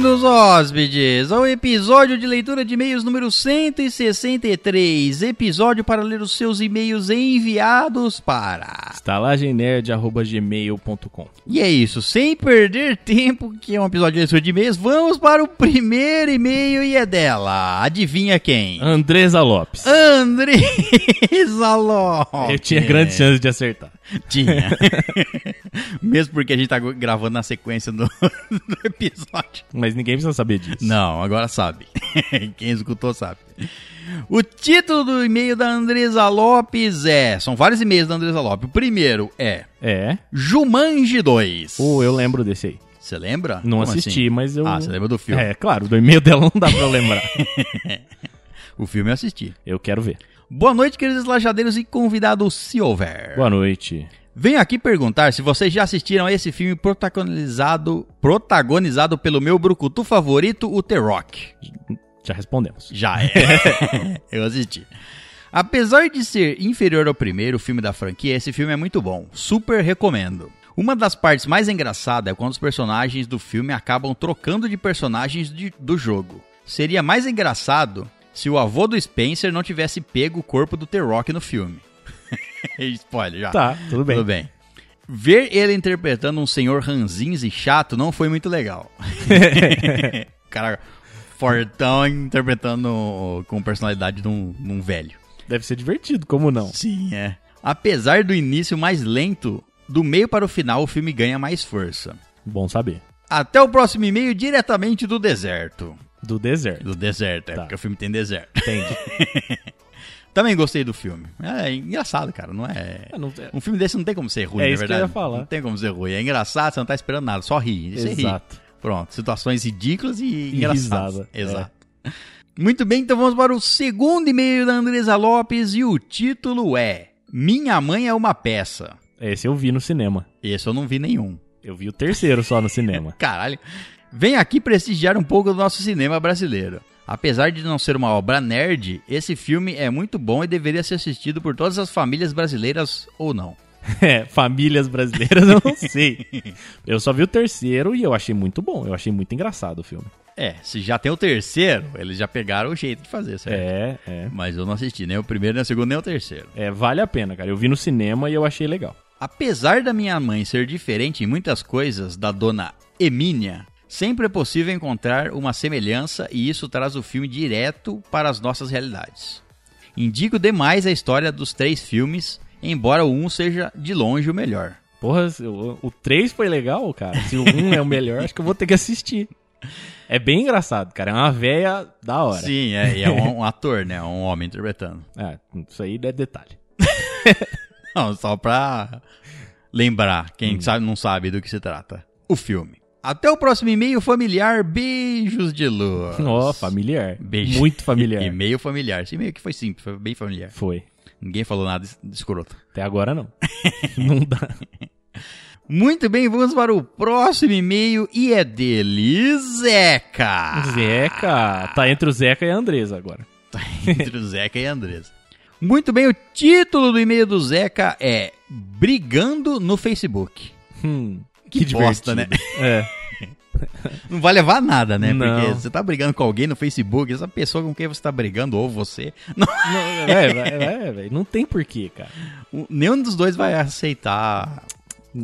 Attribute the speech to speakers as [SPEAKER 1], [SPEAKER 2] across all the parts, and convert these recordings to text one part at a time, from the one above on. [SPEAKER 1] meus hóspedes, ao episódio de leitura de e-mails número 163. Episódio para ler os seus e-mails enviados para.
[SPEAKER 2] estalagemnerd.gmail.com
[SPEAKER 1] E é isso, sem perder tempo, que é um episódio de leitura de e-mails, vamos para o primeiro e-mail e é dela. Adivinha quem?
[SPEAKER 2] Ah. Andresa Lopes.
[SPEAKER 1] Andresa Lopes.
[SPEAKER 2] Eu tinha grandes chances de acertar.
[SPEAKER 1] Tinha. Mesmo porque a gente tá gravando na sequência do, do episódio.
[SPEAKER 2] Mas ninguém precisa saber disso.
[SPEAKER 1] Não, agora sabe. Quem escutou sabe. O título do e-mail da Andresa Lopes é. São vários e-mails da Andresa Lopes. O primeiro é
[SPEAKER 2] É.
[SPEAKER 1] Jumanji 2.
[SPEAKER 2] Ou eu lembro desse aí.
[SPEAKER 1] Você lembra?
[SPEAKER 2] Não
[SPEAKER 1] Como
[SPEAKER 2] assisti,
[SPEAKER 1] assim?
[SPEAKER 2] mas eu.
[SPEAKER 1] Ah, você lembra do filme?
[SPEAKER 2] É, claro, do e-mail dela não dá pra eu lembrar.
[SPEAKER 1] O filme eu assisti.
[SPEAKER 2] eu quero ver.
[SPEAKER 1] Boa noite, queridos lajadeiros e convidado Silver.
[SPEAKER 2] Boa noite.
[SPEAKER 1] Venho aqui perguntar se vocês já assistiram a esse filme protagonizado, protagonizado pelo meu brucutu favorito, o The Rock.
[SPEAKER 2] Já respondemos.
[SPEAKER 1] Já é. Eu assisti. Apesar de ser inferior ao primeiro filme da franquia, esse filme é muito bom. Super recomendo. Uma das partes mais engraçadas é quando os personagens do filme acabam trocando de personagens de- do jogo. Seria mais engraçado se o avô do Spencer não tivesse pego o corpo do The Rock no filme. Spoiler já.
[SPEAKER 2] Tá, tudo bem.
[SPEAKER 1] Tudo bem. Ver ele interpretando um senhor ranzinza e chato não foi muito legal. Cara, fortão interpretando com personalidade de um, de um velho.
[SPEAKER 2] Deve ser divertido, como não?
[SPEAKER 1] Sim, é. Apesar do início mais lento, do meio para o final o filme ganha mais força.
[SPEAKER 2] Bom saber.
[SPEAKER 1] Até o próximo e-mail diretamente do deserto.
[SPEAKER 2] Do deserto.
[SPEAKER 1] Do deserto, é
[SPEAKER 2] Tá.
[SPEAKER 1] porque o filme tem deserto.
[SPEAKER 2] Entende?
[SPEAKER 1] Também gostei do filme. É engraçado, cara, não é?
[SPEAKER 2] É, não- é-
[SPEAKER 1] Um filme desse não tem como ser ruim,
[SPEAKER 2] É
[SPEAKER 1] na
[SPEAKER 2] isso que eu
[SPEAKER 1] verdade.
[SPEAKER 2] ia falar.
[SPEAKER 1] Não tem como ser ruim. É engraçado, você não tá esperando nada, só ri. Você ri.
[SPEAKER 2] Exato.
[SPEAKER 1] Pronto, situações ridículas e engraçadas.
[SPEAKER 2] risada, é.
[SPEAKER 1] Exato. Muito bem, então vamos para o segundo e-mail da Andresa Lopes e o título é Minha Mãe é uma Peça.
[SPEAKER 2] Esse eu vi no cinema.
[SPEAKER 1] Esse eu não vi nenhum.
[SPEAKER 2] Eu vi o terceiro só no cinema.
[SPEAKER 1] Caralho. Vem aqui prestigiar um pouco do nosso cinema brasileiro. Apesar de não ser uma obra nerd, esse filme é muito bom e deveria ser assistido por todas as famílias brasileiras ou não.
[SPEAKER 2] É, famílias brasileiras, eu não sei. Eu só vi o terceiro e eu achei muito bom. Eu achei muito engraçado o filme.
[SPEAKER 1] É, se já tem o terceiro, eles já pegaram o jeito de fazer, certo?
[SPEAKER 2] É, é.
[SPEAKER 1] Mas eu não assisti nem o primeiro, nem o segundo, nem o terceiro.
[SPEAKER 2] É, vale a pena, cara. Eu vi no cinema e eu achei legal.
[SPEAKER 1] Apesar da minha mãe ser diferente em muitas coisas da dona Emínia, sempre é possível encontrar uma semelhança e isso traz o filme direto para as nossas realidades. Indico demais a história dos três filmes, embora o um seja de longe o melhor.
[SPEAKER 2] Porra, se o- o 3 foi legal, cara. Se o 1 é o melhor, acho que eu vou ter que assistir. É bem engraçado, cara. É uma véia da hora.
[SPEAKER 1] Sim, é, e é um, um ator, né? Um homem interpretando.
[SPEAKER 2] Ah, isso aí é detalhe.
[SPEAKER 1] Não, só pra lembrar, quem sabe não sabe do que se trata. O filme. Até o próximo e-mail familiar. Beijos de luz.
[SPEAKER 2] Ó, familiar.
[SPEAKER 1] Beijo.
[SPEAKER 2] Muito familiar.
[SPEAKER 1] E meio familiar. Esse meio que foi simples, foi bem familiar.
[SPEAKER 2] Foi.
[SPEAKER 1] Ninguém falou nada es- de escroto.
[SPEAKER 2] Até agora não. não dá.
[SPEAKER 1] Muito bem, vamos para o próximo e-mail e é dele, Zeca.
[SPEAKER 2] Zeca. Tá entre o Zeca e a Andresa agora.
[SPEAKER 1] Entre o Zeca e a Andresa. Muito bem, o título do e-mail do Zeca é Brigando no Facebook.
[SPEAKER 2] Hum,
[SPEAKER 1] Que bosta, né?
[SPEAKER 2] É.
[SPEAKER 1] Não vai levar a nada, né? Porque
[SPEAKER 2] Não.
[SPEAKER 1] você tá brigando com alguém no Facebook, essa pessoa com quem você tá brigando, ou você, não,
[SPEAKER 2] Não, é, é, é, velho. não tem porquê, cara.
[SPEAKER 1] nenhum dos dois vai aceitar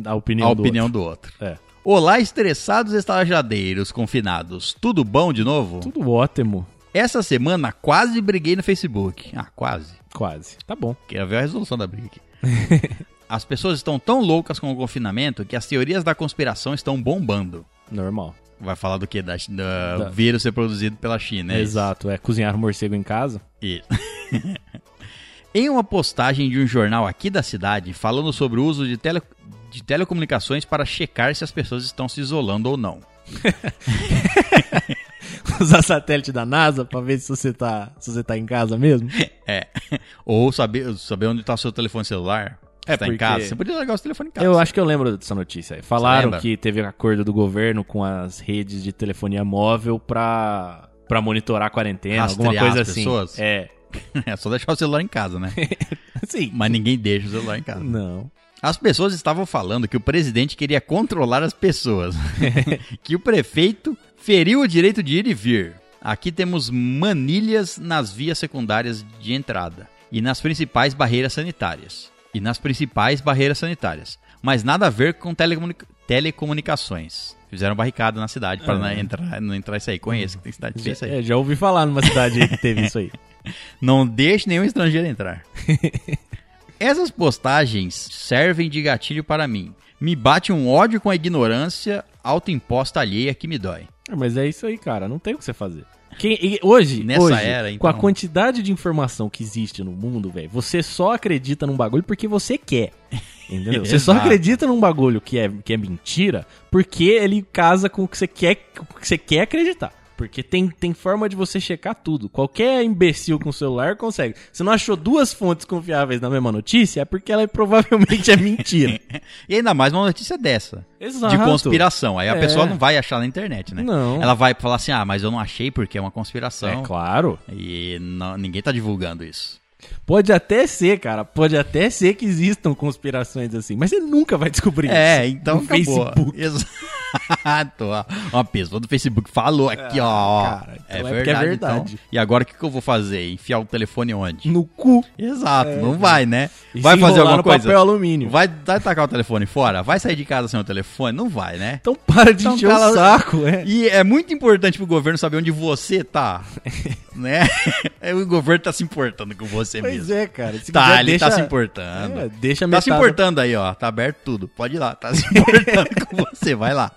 [SPEAKER 2] A opinião
[SPEAKER 1] a
[SPEAKER 2] do
[SPEAKER 1] opinião
[SPEAKER 2] outro.
[SPEAKER 1] do outro.
[SPEAKER 2] É.
[SPEAKER 1] Olá, estressados estalajadeiros confinados. Tudo bom de novo?
[SPEAKER 2] Tudo ótimo.
[SPEAKER 1] Essa semana quase briguei no Facebook. Ah, quase.
[SPEAKER 2] Quase. Tá bom.
[SPEAKER 1] Quero ver a resolução da briga aqui. As pessoas estão tão loucas com o confinamento que as teorias da conspiração estão bombando.
[SPEAKER 2] Normal.
[SPEAKER 1] Vai falar do quê? Da, chi- da-
[SPEAKER 2] Da-
[SPEAKER 1] vírus ser produzido pela China. é isso?
[SPEAKER 2] Exato. É cozinhar um morcego em casa.
[SPEAKER 1] Isso. em uma postagem de um jornal aqui da cidade falando sobre o uso de, tele- de telecomunicações para checar se as pessoas estão se isolando ou não.
[SPEAKER 2] Usar satélite da NASA pra ver se você tá, se você tá em casa mesmo.
[SPEAKER 1] É. Ou saber, saber onde está o seu telefone celular.
[SPEAKER 2] É,
[SPEAKER 1] É, tá em
[SPEAKER 2] porque-
[SPEAKER 1] casa. Você podia largar o telefone em casa.
[SPEAKER 2] Eu acho que eu lembro dessa notícia aí. Falaram
[SPEAKER 1] lembra?
[SPEAKER 2] que teve um acordo do governo com as redes de telefonia móvel pra, pra monitorar a quarentena, alguma
[SPEAKER 1] Rastrear
[SPEAKER 2] coisa
[SPEAKER 1] as
[SPEAKER 2] assim.
[SPEAKER 1] pessoas?
[SPEAKER 2] É.
[SPEAKER 1] É só deixar o celular em casa, né?
[SPEAKER 2] Sim.
[SPEAKER 1] Mas ninguém deixa o celular em casa.
[SPEAKER 2] Não.
[SPEAKER 1] As pessoas estavam falando que o presidente queria controlar as pessoas. que o prefeito Feriu o direito de ir e vir. Aqui temos manilhas nas vias secundárias de entrada e nas principais barreiras sanitárias. E nas principais barreiras sanitárias. Mas nada a ver com telecomunica- telecomunicações. Fizeram barricada na cidade para não, entrar, não entrar isso aí. Conheço que tem cidade que tem isso aí.
[SPEAKER 2] É, já ouvi falar numa cidade aí que teve isso aí.
[SPEAKER 1] Não deixe nenhum estrangeiro entrar. Essas postagens servem de gatilho para mim. Me bate um ódio com a ignorância autoimposta alheia que me dói.
[SPEAKER 2] É, Mas é isso aí, cara. Não tem o que você fazer. Quem, e hoje,
[SPEAKER 1] Nessa
[SPEAKER 2] hoje,
[SPEAKER 1] era,
[SPEAKER 2] com a
[SPEAKER 1] então.
[SPEAKER 2] quantidade de informação que existe no mundo, velho, você só acredita num bagulho porque você quer. Entendeu? você só
[SPEAKER 1] Exato.
[SPEAKER 2] acredita num bagulho que é, que é mentira porque ele casa com o que você quer, com o que você quer acreditar. Porque tem, tem forma de você checar tudo. Qualquer imbecil com celular consegue. Se não achou duas fontes confiáveis na mesma notícia, é porque ela é- provavelmente é mentira.
[SPEAKER 1] E ainda mais uma notícia dessa,
[SPEAKER 2] Exato.
[SPEAKER 1] de conspiração. Aí a
[SPEAKER 2] É.
[SPEAKER 1] pessoa não vai achar na internet, né?
[SPEAKER 2] Não.
[SPEAKER 1] Ela vai falar assim: ah, mas eu não achei porque é uma conspiração.
[SPEAKER 2] É claro.
[SPEAKER 1] E não- ninguém tá divulgando isso.
[SPEAKER 2] Pode até ser, cara. Pode até ser que existam conspirações assim, mas você nunca vai descobrir
[SPEAKER 1] É,
[SPEAKER 2] isso.
[SPEAKER 1] então
[SPEAKER 2] no
[SPEAKER 1] acabou.
[SPEAKER 2] Facebook.
[SPEAKER 1] Exato. ó. Uma pessoa do Facebook falou aqui, ó.
[SPEAKER 2] cara, então
[SPEAKER 1] é,
[SPEAKER 2] é porque é
[SPEAKER 1] verdade,
[SPEAKER 2] verdade.
[SPEAKER 1] então. E agora o que, que eu vou fazer? Enfiar o telefone onde?
[SPEAKER 2] No cu.
[SPEAKER 1] Exato, não vai, né?
[SPEAKER 2] É, E
[SPEAKER 1] Vai
[SPEAKER 2] se
[SPEAKER 1] fazer alguma
[SPEAKER 2] enrolar no
[SPEAKER 1] coisa?
[SPEAKER 2] papel alumínio.
[SPEAKER 1] Vai, vai tacar o telefone fora? Vai sair de casa sem o telefone? Não vai, né?
[SPEAKER 2] Então para de
[SPEAKER 1] Então
[SPEAKER 2] encher
[SPEAKER 1] cala-
[SPEAKER 2] o saco, é.
[SPEAKER 1] E é muito importante pro governo saber onde você tá, né? É, O governo tá se importando com você
[SPEAKER 2] Pois
[SPEAKER 1] mesmo.
[SPEAKER 2] é, cara. Se
[SPEAKER 1] Tá,
[SPEAKER 2] quiser,
[SPEAKER 1] ele
[SPEAKER 2] deixa-
[SPEAKER 1] tá se importando.
[SPEAKER 2] É, deixa
[SPEAKER 1] Tá se
[SPEAKER 2] metade-
[SPEAKER 1] importando aí, ó. Tá aberto tudo. Pode ir lá. Tá se importando com você. Vai lá.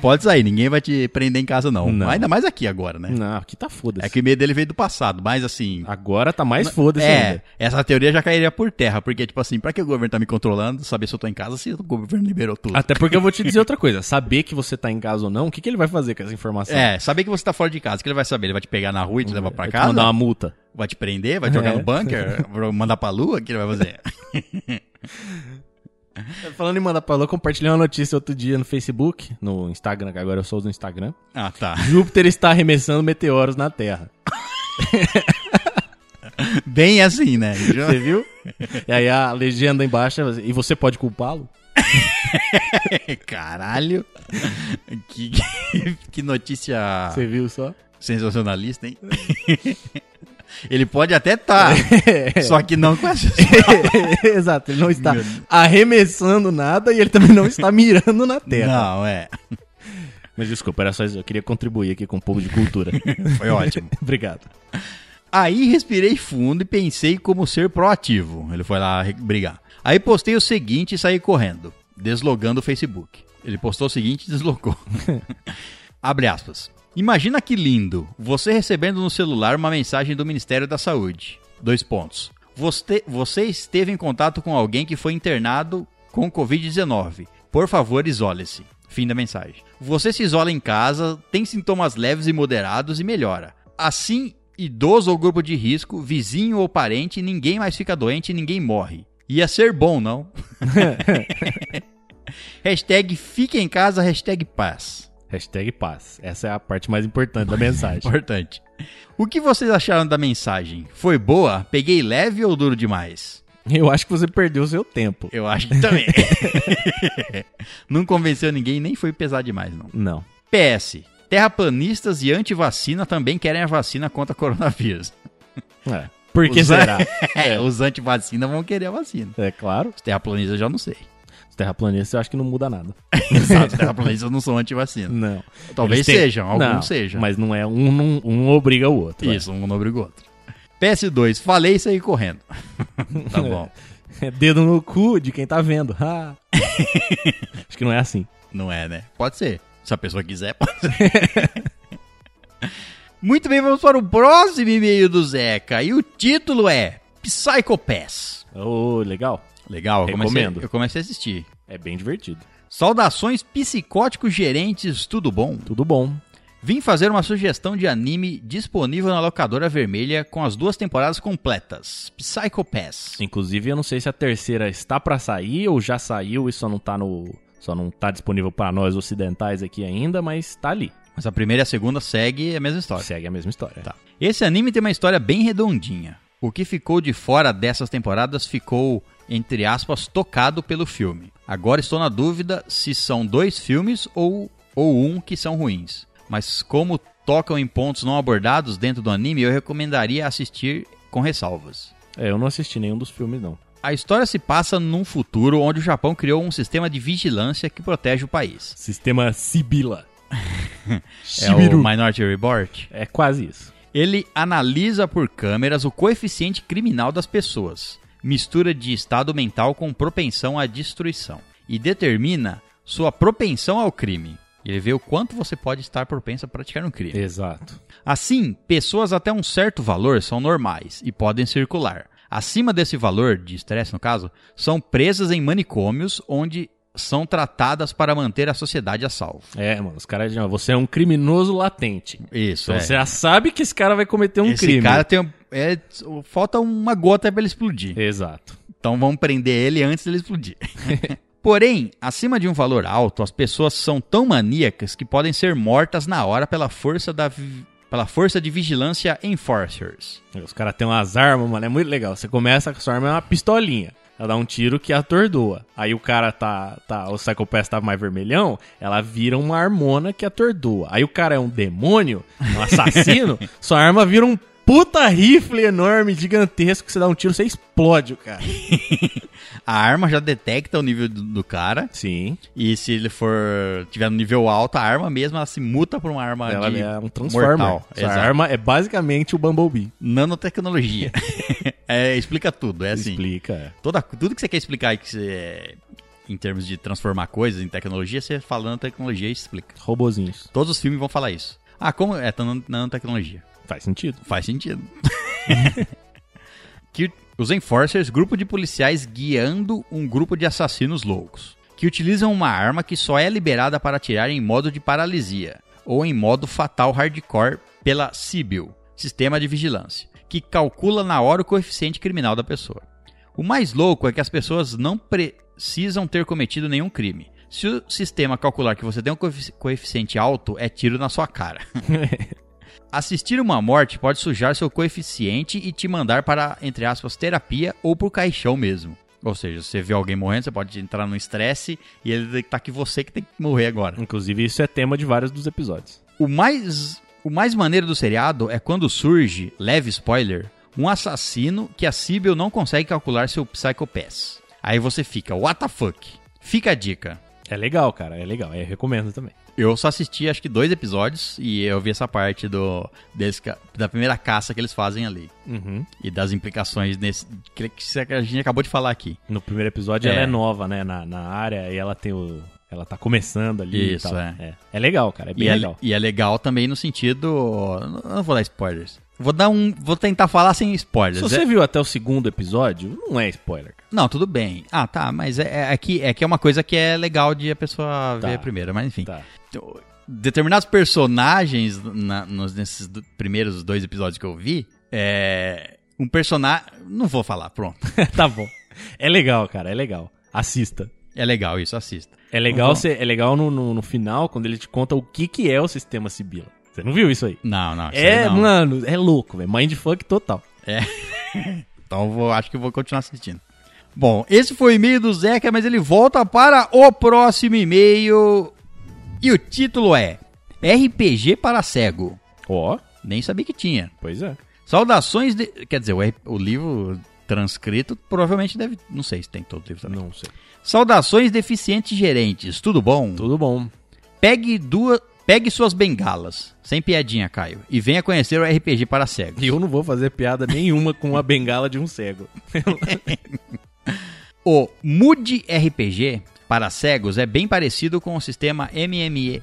[SPEAKER 1] Pode sair. Ninguém vai te prender em casa, não.
[SPEAKER 2] Não.
[SPEAKER 1] Ainda mais aqui agora, né?
[SPEAKER 2] Não, aqui tá foda-se.
[SPEAKER 1] É que o medo dele veio do passado. Mas assim...
[SPEAKER 2] Agora tá mais foda-se
[SPEAKER 1] É,
[SPEAKER 2] ainda.
[SPEAKER 1] essa teoria já cairia por terra. Porque, tipo assim, pra que o governo tá me controlando? Saber se eu tô em casa, se o governo liberou tudo.
[SPEAKER 2] Até porque eu vou te dizer outra coisa. Saber que você tá em casa ou não, o que, que ele vai fazer com essa informação?
[SPEAKER 1] É, saber que você tá fora de casa. O que ele vai saber? Ele vai te pegar na rua e te levar pra
[SPEAKER 2] Vai te
[SPEAKER 1] casa?
[SPEAKER 2] mandar uma multa.
[SPEAKER 1] Vai te prender? Vai te jogar
[SPEAKER 2] É.
[SPEAKER 1] no bunker? Vai mandar pra lua? O que ele vai fazer?
[SPEAKER 2] É, Falando em mandar pra lá, eu compartilhei uma notícia outro dia no Facebook, no Instagram, que agora eu sou do Instagram.
[SPEAKER 1] ah, tá.
[SPEAKER 2] Júpiter está arremessando meteoros na Terra.
[SPEAKER 1] Bem assim, né?
[SPEAKER 2] Você viu? E aí a legenda embaixo, é assim, e você pode culpá-lo?
[SPEAKER 1] Caralho! Que, que- que notícia
[SPEAKER 2] Você viu só?
[SPEAKER 1] sensacionalista, hein? Ele pode até estar, só que não com essa.
[SPEAKER 2] Exato, ele não está arremessando nada e ele também não está mirando na Terra.
[SPEAKER 1] Não, é.
[SPEAKER 2] Mas desculpa, era só isso. Eu queria contribuir aqui com um pouco de cultura.
[SPEAKER 1] Foi ótimo.
[SPEAKER 2] Obrigado.
[SPEAKER 1] Aí respirei fundo e pensei como ser proativo. Ele foi lá re- brigar. Aí postei o seguinte e saí correndo, deslogando o Facebook. Ele postou o seguinte e deslogou. Abre aspas. Imagina que lindo você recebendo no celular uma mensagem do Ministério da Saúde. Dois pontos. Você, você esteve em contato com alguém que foi internado com Covid-19. Por favor, isole-se. Fim da mensagem. Você se isola em casa, tem sintomas leves e moderados e melhora. Assim, idoso ou grupo de risco, vizinho ou parente, ninguém mais fica doente e ninguém morre. Ia ser bom, não? hashtag fique em casa, hashtag paz.
[SPEAKER 2] Hashtag paz. Essa é a parte mais importante da mensagem.
[SPEAKER 1] Importante. O que vocês acharam da mensagem? Foi boa? Peguei leve ou duro demais?
[SPEAKER 2] Eu acho que você perdeu o seu tempo.
[SPEAKER 1] Eu acho que também. não convenceu ninguém, nem foi pesado demais, não.
[SPEAKER 2] Não.
[SPEAKER 1] PS. Terraplanistas e antivacina também querem a vacina contra coronavírus.
[SPEAKER 2] É. Por que
[SPEAKER 1] Os-
[SPEAKER 2] será?
[SPEAKER 1] É, os antivacina vão querer a vacina.
[SPEAKER 2] É claro.
[SPEAKER 1] Os terraplanistas eu já não sei.
[SPEAKER 2] Os terraplanistas eu acho que não muda nada.
[SPEAKER 1] Exato, os terraplanistas não são antivacina.
[SPEAKER 2] Não.
[SPEAKER 1] Talvez
[SPEAKER 2] Eles têm-
[SPEAKER 1] sejam, alguns
[SPEAKER 2] Não,
[SPEAKER 1] sejam.
[SPEAKER 2] Mas não é um, um, um obriga o outro. é.
[SPEAKER 1] Isso, um não obriga o outro. PS2. Falei e saí correndo. tá bom.
[SPEAKER 2] É dedo no cu de quem tá vendo. Ah. Acho que não é assim.
[SPEAKER 1] Não é, né? Pode ser. Se a pessoa quiser, pode ser. Muito bem, vamos para o próximo e-mail do Zeca. E o título é Psycho Pass.
[SPEAKER 2] Ô, legal.
[SPEAKER 1] Legal, eu comecei,
[SPEAKER 2] Recomendo.
[SPEAKER 1] eu comecei a assistir.
[SPEAKER 2] É bem divertido.
[SPEAKER 1] Saudações psicóticos gerentes, tudo bom?
[SPEAKER 2] Tudo bom.
[SPEAKER 1] Vim fazer uma sugestão de anime disponível na locadora vermelha com as duas temporadas completas. Psycho Pass.
[SPEAKER 2] Inclusive, eu não sei se a terceira está pra sair ou já saiu e só não tá no. Só não tá disponível pra nós ocidentais aqui ainda, mas tá ali.
[SPEAKER 1] Mas a primeira e a segunda segue a mesma história.
[SPEAKER 2] Segue a mesma história.
[SPEAKER 1] Tá. Esse anime tem uma história bem redondinha. O que ficou de fora dessas temporadas ficou, entre aspas, tocado pelo filme. Agora estou na dúvida se são dois filmes ou, ou um que são ruins. mas como tocam em pontos não abordados dentro do anime, eu recomendaria assistir com ressalvas.
[SPEAKER 2] É, eu não assisti nenhum dos filmes, não.
[SPEAKER 1] A história se passa num futuro onde o Japão criou um sistema de vigilância que protege o país.
[SPEAKER 2] Sistema Sibila.
[SPEAKER 1] É o Minority Report.
[SPEAKER 2] É quase isso.
[SPEAKER 1] Ele analisa por câmeras o coeficiente criminal das pessoas, mistura de estado mental com propensão à destruição, e determina sua propensão ao crime. Ele vê o quanto você pode estar propenso a praticar um crime.
[SPEAKER 2] Exato.
[SPEAKER 1] Assim, pessoas até um certo valor são normais e podem circular. Acima desse valor, de estresse no caso, são presas em manicômios onde são tratadas para manter a sociedade a salvo.
[SPEAKER 2] É, mano, os caras dizem, ó, você é um criminoso latente.
[SPEAKER 1] Isso,
[SPEAKER 2] Então
[SPEAKER 1] é.
[SPEAKER 2] você já sabe que esse cara vai cometer um
[SPEAKER 1] Esse
[SPEAKER 2] crime.
[SPEAKER 1] cara tem... um- é, falta uma gota para ele explodir.
[SPEAKER 2] Exato.
[SPEAKER 1] Então vamos prender ele antes dele explodir. Porém, acima de um valor alto, as pessoas são tão maníacas que podem ser mortas na hora pela força da vi- pela força de vigilância enforcers.
[SPEAKER 2] Os caras têm umas armas, mano, é muito legal. Você começa com sua arma, é uma pistolinha. Ela dá um tiro que atordoa. Aí o cara tá. tá o Psychopath tá mais vermelhão, ela vira uma harmona que atordoa. Aí o cara é um demônio, um assassino, sua arma vira um puta rifle enorme, gigantesco, que você dá um tiro, você explode o cara.
[SPEAKER 1] A arma já detecta o nível do, do cara
[SPEAKER 2] Sim.
[SPEAKER 1] e se ele for tiver no nível alto, a arma mesmo ela se muta para uma arma
[SPEAKER 2] Ela
[SPEAKER 1] Ah, de
[SPEAKER 2] é um Transformer.
[SPEAKER 1] mortal.
[SPEAKER 2] Essa
[SPEAKER 1] Exato.
[SPEAKER 2] arma é basicamente o Bumblebee.
[SPEAKER 1] nanotecnologia. É, explica tudo, é assim.
[SPEAKER 2] Explica. é.
[SPEAKER 1] Toda, tudo que você quer explicar que você, em termos de transformar coisas em tecnologia, você falando tecnologia e explica.
[SPEAKER 2] Robozinhos.
[SPEAKER 1] Todos os filmes vão falar isso. Ah, como é tá na nanotecnologia?
[SPEAKER 2] Faz sentido.
[SPEAKER 1] Faz sentido. que os Enforcers, grupo de policiais guiando um grupo de assassinos loucos, que utilizam uma arma que só é liberada para atirar em modo de paralisia ou em modo fatal hardcore pela Sibyl, sistema de vigilância, que calcula na hora o coeficiente criminal da pessoa. O mais louco é que as pessoas não precisam ter cometido nenhum crime. Se o sistema calcular que você tem um coefici- coeficiente alto, é tiro na sua cara. Assistir uma morte pode sujar seu coeficiente e te mandar para, entre aspas, terapia ou por caixão mesmo. Ou seja, se você vê alguém morrendo, você pode entrar no estresse e ele detectar que você que tem que morrer agora.
[SPEAKER 2] Inclusive, isso é tema de vários dos episódios.
[SPEAKER 1] O mais, o mais maneiro do seriado é quando surge, leve spoiler, um assassino que a Sibyl não consegue calcular seu Psychopass. Aí você fica, what the fuck? Fica a dica.
[SPEAKER 2] É legal, cara. É legal. Eu recomendo também.
[SPEAKER 1] Eu só assisti acho que dois episódios e eu vi essa parte do desse ca- da primeira caça que eles fazem ali.
[SPEAKER 2] Uhum.
[SPEAKER 1] e das implicações nesse que que a gente acabou de falar aqui.
[SPEAKER 2] No primeiro episódio,
[SPEAKER 1] É.
[SPEAKER 2] ela é nova, né? Na, na área, e ela tem o. Ela tá começando ali.
[SPEAKER 1] Isso,
[SPEAKER 2] e tal.
[SPEAKER 1] é.
[SPEAKER 2] é. É legal, cara. É bem
[SPEAKER 1] E é,
[SPEAKER 2] legal.
[SPEAKER 1] e é legal também no sentido, eu não vou dar spoilers. Vou dar um, vou tentar falar sem
[SPEAKER 2] Se
[SPEAKER 1] spoilers.
[SPEAKER 2] você
[SPEAKER 1] É-
[SPEAKER 2] viu até o segundo episódio, não é spoiler, cara.
[SPEAKER 1] não, tudo bem. Ah, tá, mas é, é que é que é uma coisa que é legal de a pessoa
[SPEAKER 2] Tá.
[SPEAKER 1] ver primeiro, mas enfim.
[SPEAKER 2] Tá.
[SPEAKER 1] Então, Determinados personagens na- nos, nesses do- primeiros dois episódios que eu vi, é um personagem, não vou falar, pronto.
[SPEAKER 2] tá bom. É legal, cara. É legal. Assista.
[SPEAKER 1] É legal isso, assista.
[SPEAKER 2] É legal,
[SPEAKER 1] Uhum.
[SPEAKER 2] cê- é legal no, no, no final, quando ele te conta o que, que é o sistema Sibila. Você não viu isso aí?
[SPEAKER 1] Não, não. isso aí
[SPEAKER 2] É,
[SPEAKER 1] não.
[SPEAKER 2] mano, é louco, velho. Mindfuck total.
[SPEAKER 1] Então eu vou- acho que eu vou continuar assistindo. Bom, esse foi o e-mail do Zeca, mas ele volta para o próximo e-mail. E o título é RPG para cego.
[SPEAKER 2] Ó,
[SPEAKER 1] Nem sabia que tinha.
[SPEAKER 2] pois é.
[SPEAKER 1] Saudações de. Quer dizer, o, R- o livro transcrito provavelmente deve. Não sei se tem todo o livro também.
[SPEAKER 2] Não sei.
[SPEAKER 1] Saudações deficientes gerentes, tudo bom?
[SPEAKER 2] Tudo bom.
[SPEAKER 1] Pegue duas. Pegue suas bengalas, sem piadinha, Caio, e venha conhecer o RPG para cego.
[SPEAKER 2] E eu não vou fazer piada nenhuma com a bengala de um cego.
[SPEAKER 1] O Mood RPG para cegos é bem parecido com o sistema MME.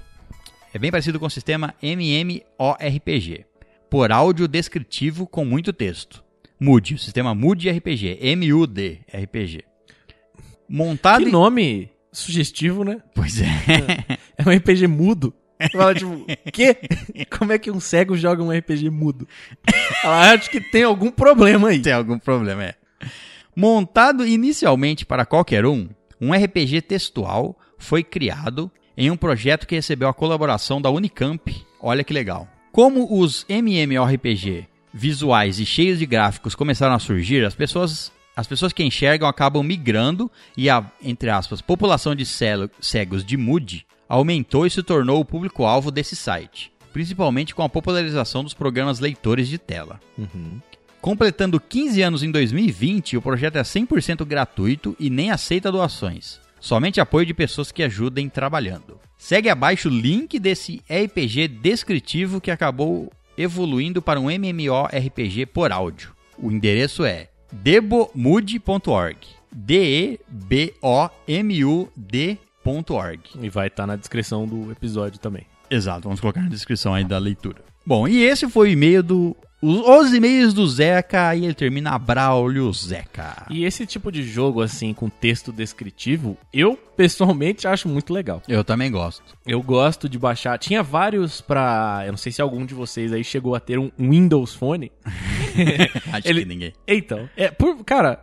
[SPEAKER 1] É bem parecido com o sistema MMORPG, por áudio descritivo com muito texto. Mood, o sistema Mood RPG, M U D RPG. Montado
[SPEAKER 2] Que
[SPEAKER 1] em-
[SPEAKER 2] nome sugestivo, né?
[SPEAKER 1] Pois é.
[SPEAKER 2] É um RPG mudo. Você Fala, tipo, quê? Como é que um cego joga um RPG mudo? Ela acho que tem algum problema aí.
[SPEAKER 1] Tem algum problema, é. Montado inicialmente para qualquer um, um RPG textual foi criado em um projeto que recebeu a colaboração da Unicamp. Olha que legal. Como os MMORPG visuais e cheios de gráficos começaram a surgir, as pessoas, as pessoas que enxergam acabam migrando e a, entre aspas, população de celo- cegos de Mood aumentou e se tornou o público-alvo desse site. principalmente com a popularização dos programas leitores de tela. Completando 15 anos em 2020, o projeto é 100% gratuito e nem aceita doações. Somente apoio de pessoas que ajudem trabalhando. Segue abaixo o link desse RPG descritivo que acabou evoluindo para um MMORPG por áudio. O endereço é debomude.org. D E B O M U D.org.
[SPEAKER 2] E vai estar na descrição do episódio também.
[SPEAKER 1] Exato, vamos colocar na descrição aí da leitura. Bom, e esse foi o e-mail do. Os, os e-mails do Zeca e ele termina Braulio Zeca.
[SPEAKER 2] E esse tipo de jogo, assim, com texto descritivo, eu pessoalmente acho muito legal.
[SPEAKER 1] Eu também gosto.
[SPEAKER 2] Eu gosto de baixar. Tinha vários pra. Eu não sei se algum de vocês aí chegou a ter um Windows Phone.
[SPEAKER 1] Acho
[SPEAKER 2] Ele-
[SPEAKER 1] que ninguém.
[SPEAKER 2] Então, é, por- cara,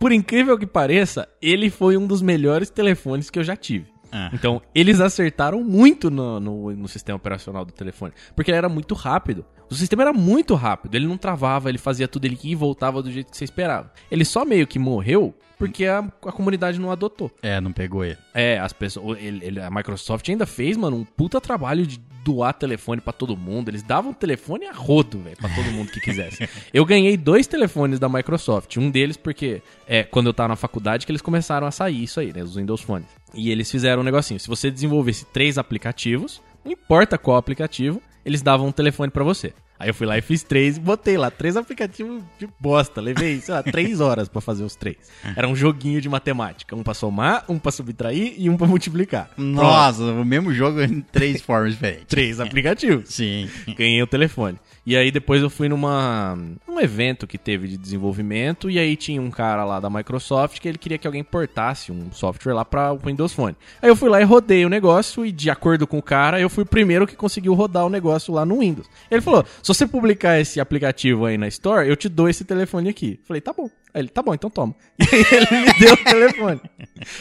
[SPEAKER 2] por incrível que pareça, ele foi um dos melhores telefones que eu já tive.
[SPEAKER 1] Ah.
[SPEAKER 2] Então, eles acertaram muito no, no- no sistema operacional do telefone. Porque ele era muito rápido. O sistema era muito rápido. Ele não travava, ele fazia tudo, ele ia e voltava do jeito que você esperava. Ele só meio que morreu porque a, a comunidade não adotou.
[SPEAKER 1] É, não pegou ele.
[SPEAKER 2] É, as pessoas. ele- ele- a Microsoft ainda fez, mano, um puta trabalho de doar telefone pra todo mundo. Eles davam telefone a rodo, velho, pra todo mundo que quisesse. eu ganhei dois telefones da Microsoft. Um deles porque é quando eu tava na faculdade que eles começaram a sair isso aí, né, os Windows Phones. E eles fizeram um negocinho. Se você desenvolvesse três aplicativos, não importa qual aplicativo, eles davam um telefone pra você. Aí eu fui lá e fiz três, botei lá três aplicativos de bosta. Levei, sei lá, três horas pra fazer os três. Era um joguinho de matemática. Um pra somar, um pra subtrair e um pra multiplicar. Pronto,
[SPEAKER 1] Nossa, o mesmo jogo em três formas diferentes.
[SPEAKER 2] Três aplicativos.
[SPEAKER 1] Sim.
[SPEAKER 2] Ganhei o telefone. E aí depois eu fui numa um evento que teve de desenvolvimento e aí tinha um cara lá da Microsoft que ele queria que alguém portasse um software lá para o Windows Phone. Aí eu fui lá e rodei o negócio e de acordo com o cara, eu fui o primeiro que conseguiu rodar o negócio lá no Windows. Ele falou: "Se você publicar esse aplicativo aí na Store, eu te dou esse telefone aqui". Eu falei: "Tá bom". Aí ele: "Tá bom, então toma". E aí ele me deu o telefone.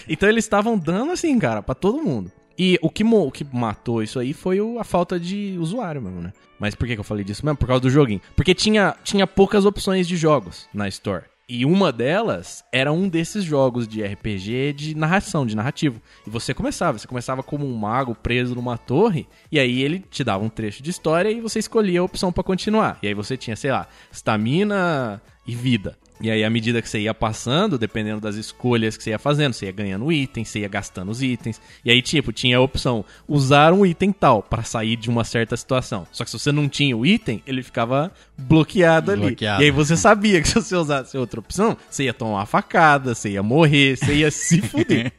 [SPEAKER 2] Então eles estavam dando assim, cara, pra todo mundo. E o que, mo- o que matou isso aí foi o- a falta de usuário mesmo, né? Mas por que, que eu falei disso mesmo? Por causa do joguinho. Porque tinha, tinha poucas opções de jogos na Store. E uma delas era um desses jogos de RPG de narração, de narrativo. E você começava, você começava como um mago preso numa torre, e aí ele te dava um trecho de história e você escolhia a opção pra continuar. E aí você tinha, sei lá, estamina e vida. E aí, à medida que você ia passando, dependendo das escolhas que você ia fazendo, você ia ganhando itens, você ia gastando os itens. E aí, tipo, tinha a opção usar um item tal pra sair de uma certa situação. Só que se você não tinha o item, ele ficava bloqueado ali.
[SPEAKER 1] Bloqueado.
[SPEAKER 2] E aí você sabia que se você usasse outra opção, você ia tomar uma facada, você ia morrer, você ia se fuder.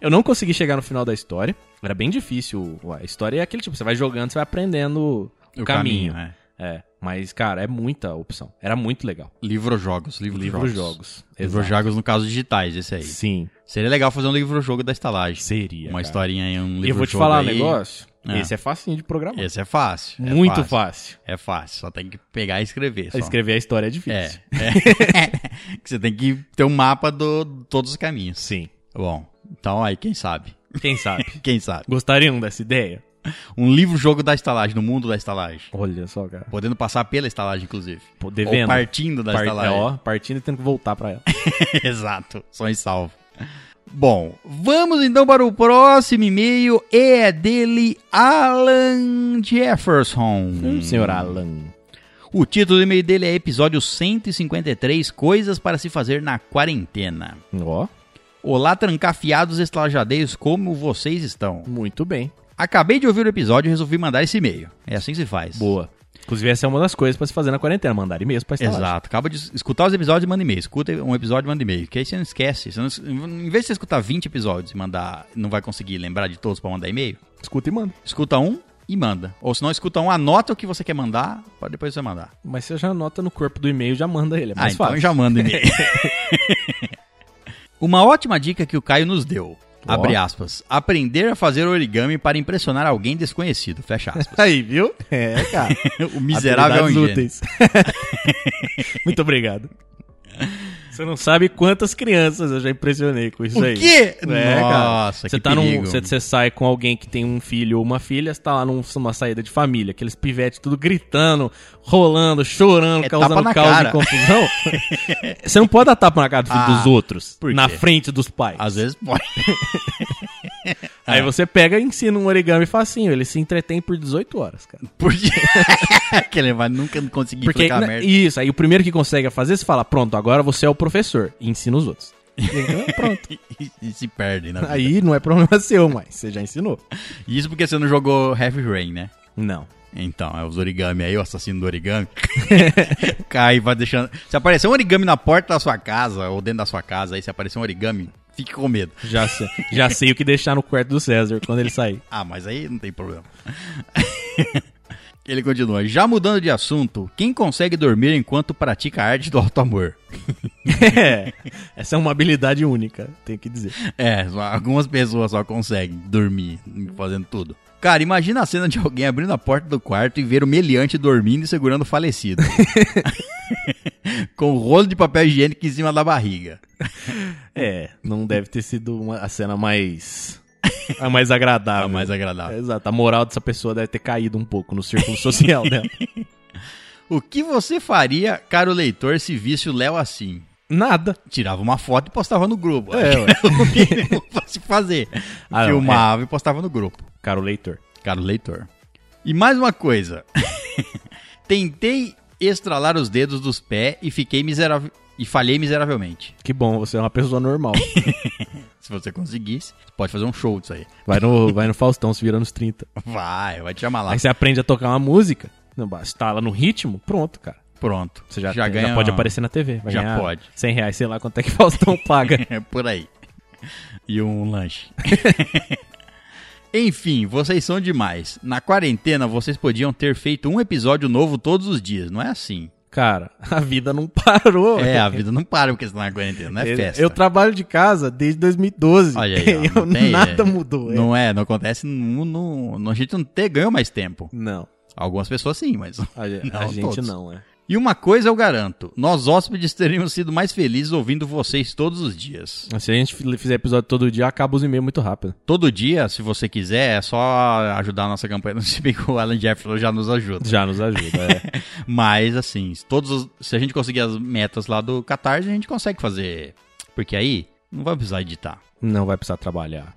[SPEAKER 2] Eu não consegui chegar no final da história. Era bem difícil. A história é aquele tipo, você vai jogando, você vai aprendendo o, caminho.
[SPEAKER 1] né?
[SPEAKER 2] É. Mas, cara, é muita opção. Era muito legal.
[SPEAKER 1] Livro-jogos,
[SPEAKER 2] Livros
[SPEAKER 1] livro-jogos.
[SPEAKER 2] jogos. Exato.
[SPEAKER 1] Livro-jogos, no caso, digitais, esse aí.
[SPEAKER 2] Sim,
[SPEAKER 1] Seria legal fazer um livro-jogo da estalagem.
[SPEAKER 2] seria.
[SPEAKER 1] Uma
[SPEAKER 2] cara.
[SPEAKER 1] historinha aí, um livro-jogo
[SPEAKER 2] E eu vou te falar um
[SPEAKER 1] aí.
[SPEAKER 2] negócio.
[SPEAKER 1] Ah.
[SPEAKER 2] Esse é facinho de programar.
[SPEAKER 1] Esse é fácil. é
[SPEAKER 2] Muito
[SPEAKER 1] fácil.
[SPEAKER 2] fácil.
[SPEAKER 1] É fácil, só tem que pegar e escrever. Só.
[SPEAKER 2] Escrever a história é
[SPEAKER 1] É.
[SPEAKER 2] difícil.
[SPEAKER 1] é. Que você tem que ter um mapa do- de todos os caminhos.
[SPEAKER 2] Sim.
[SPEAKER 1] Bom, então aí, quem sabe?
[SPEAKER 2] Quem sabe?
[SPEAKER 1] Quem sabe?
[SPEAKER 2] Gostariam dessa ideia?
[SPEAKER 1] Um livro-jogo da estalagem, no mundo da estalagem.
[SPEAKER 2] Olha só, cara.
[SPEAKER 1] Podendo passar pela estalagem, inclusive.
[SPEAKER 2] Pô, devendo.
[SPEAKER 1] Ou partindo da
[SPEAKER 2] Tá Par- é,
[SPEAKER 1] estalagem.
[SPEAKER 2] ó, partindo e tendo que voltar pra ela.
[SPEAKER 1] Exato, só em salvo. Bom, vamos então para o próximo e-mail e é dele Alan Jefferson.
[SPEAKER 2] Hum, senhor Alan.
[SPEAKER 1] O título do e-mail dele é episódio 153, coisas para se fazer na quarentena.
[SPEAKER 2] Ó,
[SPEAKER 1] Olá, trancafiados estalajadeiros, como vocês estão?
[SPEAKER 2] muito bem.
[SPEAKER 1] Acabei de ouvir o episódio e resolvi mandar esse e-mail. É assim que se faz.
[SPEAKER 2] Boa. Inclusive, essa é uma das coisas pra se fazer na quarentena. Mandar e-mails pra estalagem.
[SPEAKER 1] Exato. Acaba de escutar os episódios e manda e-mail. Escuta um episódio e manda e-mail. Que aí você não esquece. Você não- em vez de você escutar 20 episódios e mandar, não vai conseguir lembrar de todos pra mandar e-mail,
[SPEAKER 2] Escuta e manda.
[SPEAKER 1] escuta um e manda. Ou se não escuta um, anota o que você quer mandar pra depois você mandar.
[SPEAKER 2] Mas você já anota no corpo do e-mail, já manda ele. É
[SPEAKER 1] ah,
[SPEAKER 2] mais
[SPEAKER 1] então
[SPEAKER 2] fácil.
[SPEAKER 1] eu já manda e-mail. Uma ótima dica que o Caio nos deu.
[SPEAKER 2] Ó.
[SPEAKER 1] Abre aspas. Aprender a fazer origami para impressionar alguém desconhecido. Fecha aspas.
[SPEAKER 2] Aí, viu? É, cara.
[SPEAKER 1] o miserável é um gênio.
[SPEAKER 2] Habilidades úteis. Muito obrigado. Você não sabe quantas crianças eu já impressionei com isso
[SPEAKER 1] O
[SPEAKER 2] aí.
[SPEAKER 1] quê?
[SPEAKER 2] É,
[SPEAKER 1] Nossa,
[SPEAKER 2] cara. Você
[SPEAKER 1] que
[SPEAKER 2] tá num,
[SPEAKER 1] perigo.
[SPEAKER 2] você, você sai com alguém que tem um filho ou uma filha, você tá lá num- numa saída de família, aqueles pivetes tudo gritando, rolando, chorando,
[SPEAKER 1] É tapa
[SPEAKER 2] causando
[SPEAKER 1] na
[SPEAKER 2] caos
[SPEAKER 1] cara.
[SPEAKER 2] e confusão. você não pode dar tapa na cara do filho
[SPEAKER 1] Ah,
[SPEAKER 2] dos outros,
[SPEAKER 1] por
[SPEAKER 2] na
[SPEAKER 1] quê?
[SPEAKER 2] frente dos pais.
[SPEAKER 1] Às vezes pode.
[SPEAKER 2] Aí você pega e ensina um origami facinho. Ele se entretém por 18 horas, cara.
[SPEAKER 1] Porque. que ele vai nunca conseguir
[SPEAKER 2] Porque
[SPEAKER 1] explicar a
[SPEAKER 2] né,
[SPEAKER 1] merda.
[SPEAKER 2] isso, aí o primeiro que consegue fazer, você fala, pronto, agora você é o professor, e ensina os outros. Então, pronto.
[SPEAKER 1] E, e se perde, na vida.
[SPEAKER 2] Aí não é problema seu, mas você já ensinou.
[SPEAKER 1] Isso porque você não jogou Heavy Rain, né?
[SPEAKER 2] Não.
[SPEAKER 1] Então, é os origami aí, o assassino do origami. Cai, vai deixando. Se aparecer um origami na porta da sua casa, ou dentro da sua casa, aí se aparecer um origami, fique com medo.
[SPEAKER 2] Já sei, já sei o que deixar no quarto do César quando ele sair.
[SPEAKER 1] Ah, mas aí não tem problema. Ele continua. Já mudando de assunto, quem consegue dormir enquanto pratica a arte do alto amor?
[SPEAKER 2] É, essa é uma habilidade única, tenho que dizer.
[SPEAKER 1] É, só- algumas pessoas só conseguem dormir fazendo tudo. Cara, imagina a cena de alguém abrindo a porta do quarto e ver o meliante dormindo e segurando o falecido. Com o rolo de papel higiênico em cima da barriga.
[SPEAKER 2] É, não deve ter sido uma, a cena mais. a mais agradável.
[SPEAKER 1] É mais agradável.
[SPEAKER 2] Exato, a moral dessa pessoa deve ter caído um pouco no círculo social dela.
[SPEAKER 1] O que você faria, caro leitor, se visse o Léo assim?
[SPEAKER 2] Nada.
[SPEAKER 1] Tirava uma foto e postava no grupo.
[SPEAKER 2] É, ué.
[SPEAKER 1] o mínimo pra se fazer.
[SPEAKER 2] Ah, não,
[SPEAKER 1] Filmava e postava no grupo.
[SPEAKER 2] Caro leitor.
[SPEAKER 1] Caro leitor. E mais uma coisa. Tentei estralar os dedos dos pés e fiquei miserável. E falhei miseravelmente.
[SPEAKER 2] Que bom, você é uma pessoa normal.
[SPEAKER 1] Se você conseguisse, você pode fazer um show disso aí.
[SPEAKER 2] Vai no, vai no Faustão, se vira nos 30.
[SPEAKER 1] Vai, vai te chamar lá.
[SPEAKER 2] Aí você aprende a tocar uma música, não basta lá no ritmo, pronto, cara.
[SPEAKER 1] Pronto.
[SPEAKER 2] Você já,
[SPEAKER 1] já
[SPEAKER 2] tem-
[SPEAKER 1] ganha.
[SPEAKER 2] pode aparecer na TV. Vai
[SPEAKER 1] Já
[SPEAKER 2] ganhar
[SPEAKER 1] pode.
[SPEAKER 2] 100 reais, sei lá quanto é que Faustão paga.
[SPEAKER 1] É por aí. E um lanche. Enfim, vocês são demais. Na quarentena, vocês podiam ter feito um episódio novo todos os dias. Não é assim.
[SPEAKER 2] Cara, a vida não parou.
[SPEAKER 1] É, a vida não para porque você tá na quarentena, não é
[SPEAKER 2] Eu-
[SPEAKER 1] festa.
[SPEAKER 2] Eu trabalho de casa desde 2012.
[SPEAKER 1] Olha aí, ó,
[SPEAKER 2] Eu-
[SPEAKER 1] não tem-
[SPEAKER 2] nada mudou. é.
[SPEAKER 1] Não é, não acontece. Não, não- não- a gente não ter, ganhou mais tempo.
[SPEAKER 2] Não,
[SPEAKER 1] Algumas pessoas sim, mas.
[SPEAKER 2] a, ge-
[SPEAKER 1] Não,
[SPEAKER 2] a gente
[SPEAKER 1] todos.
[SPEAKER 2] não, é.
[SPEAKER 1] E uma coisa eu garanto: nós hóspedes teríamos sido mais felizes ouvindo vocês todos os dias.
[SPEAKER 2] Se a gente fi- fizer episódio todo dia, acaba os e-mails muito rápido.
[SPEAKER 1] Todo dia, se você quiser, é só ajudar a nossa campanha. Não sei bem que o Alan Jefferson já nos ajuda.
[SPEAKER 2] Já nos ajuda, é.
[SPEAKER 1] Mas, assim, todos os- se a gente conseguir as metas lá do Catarse, a gente consegue fazer. Porque aí não vai precisar editar.
[SPEAKER 2] não vai precisar trabalhar.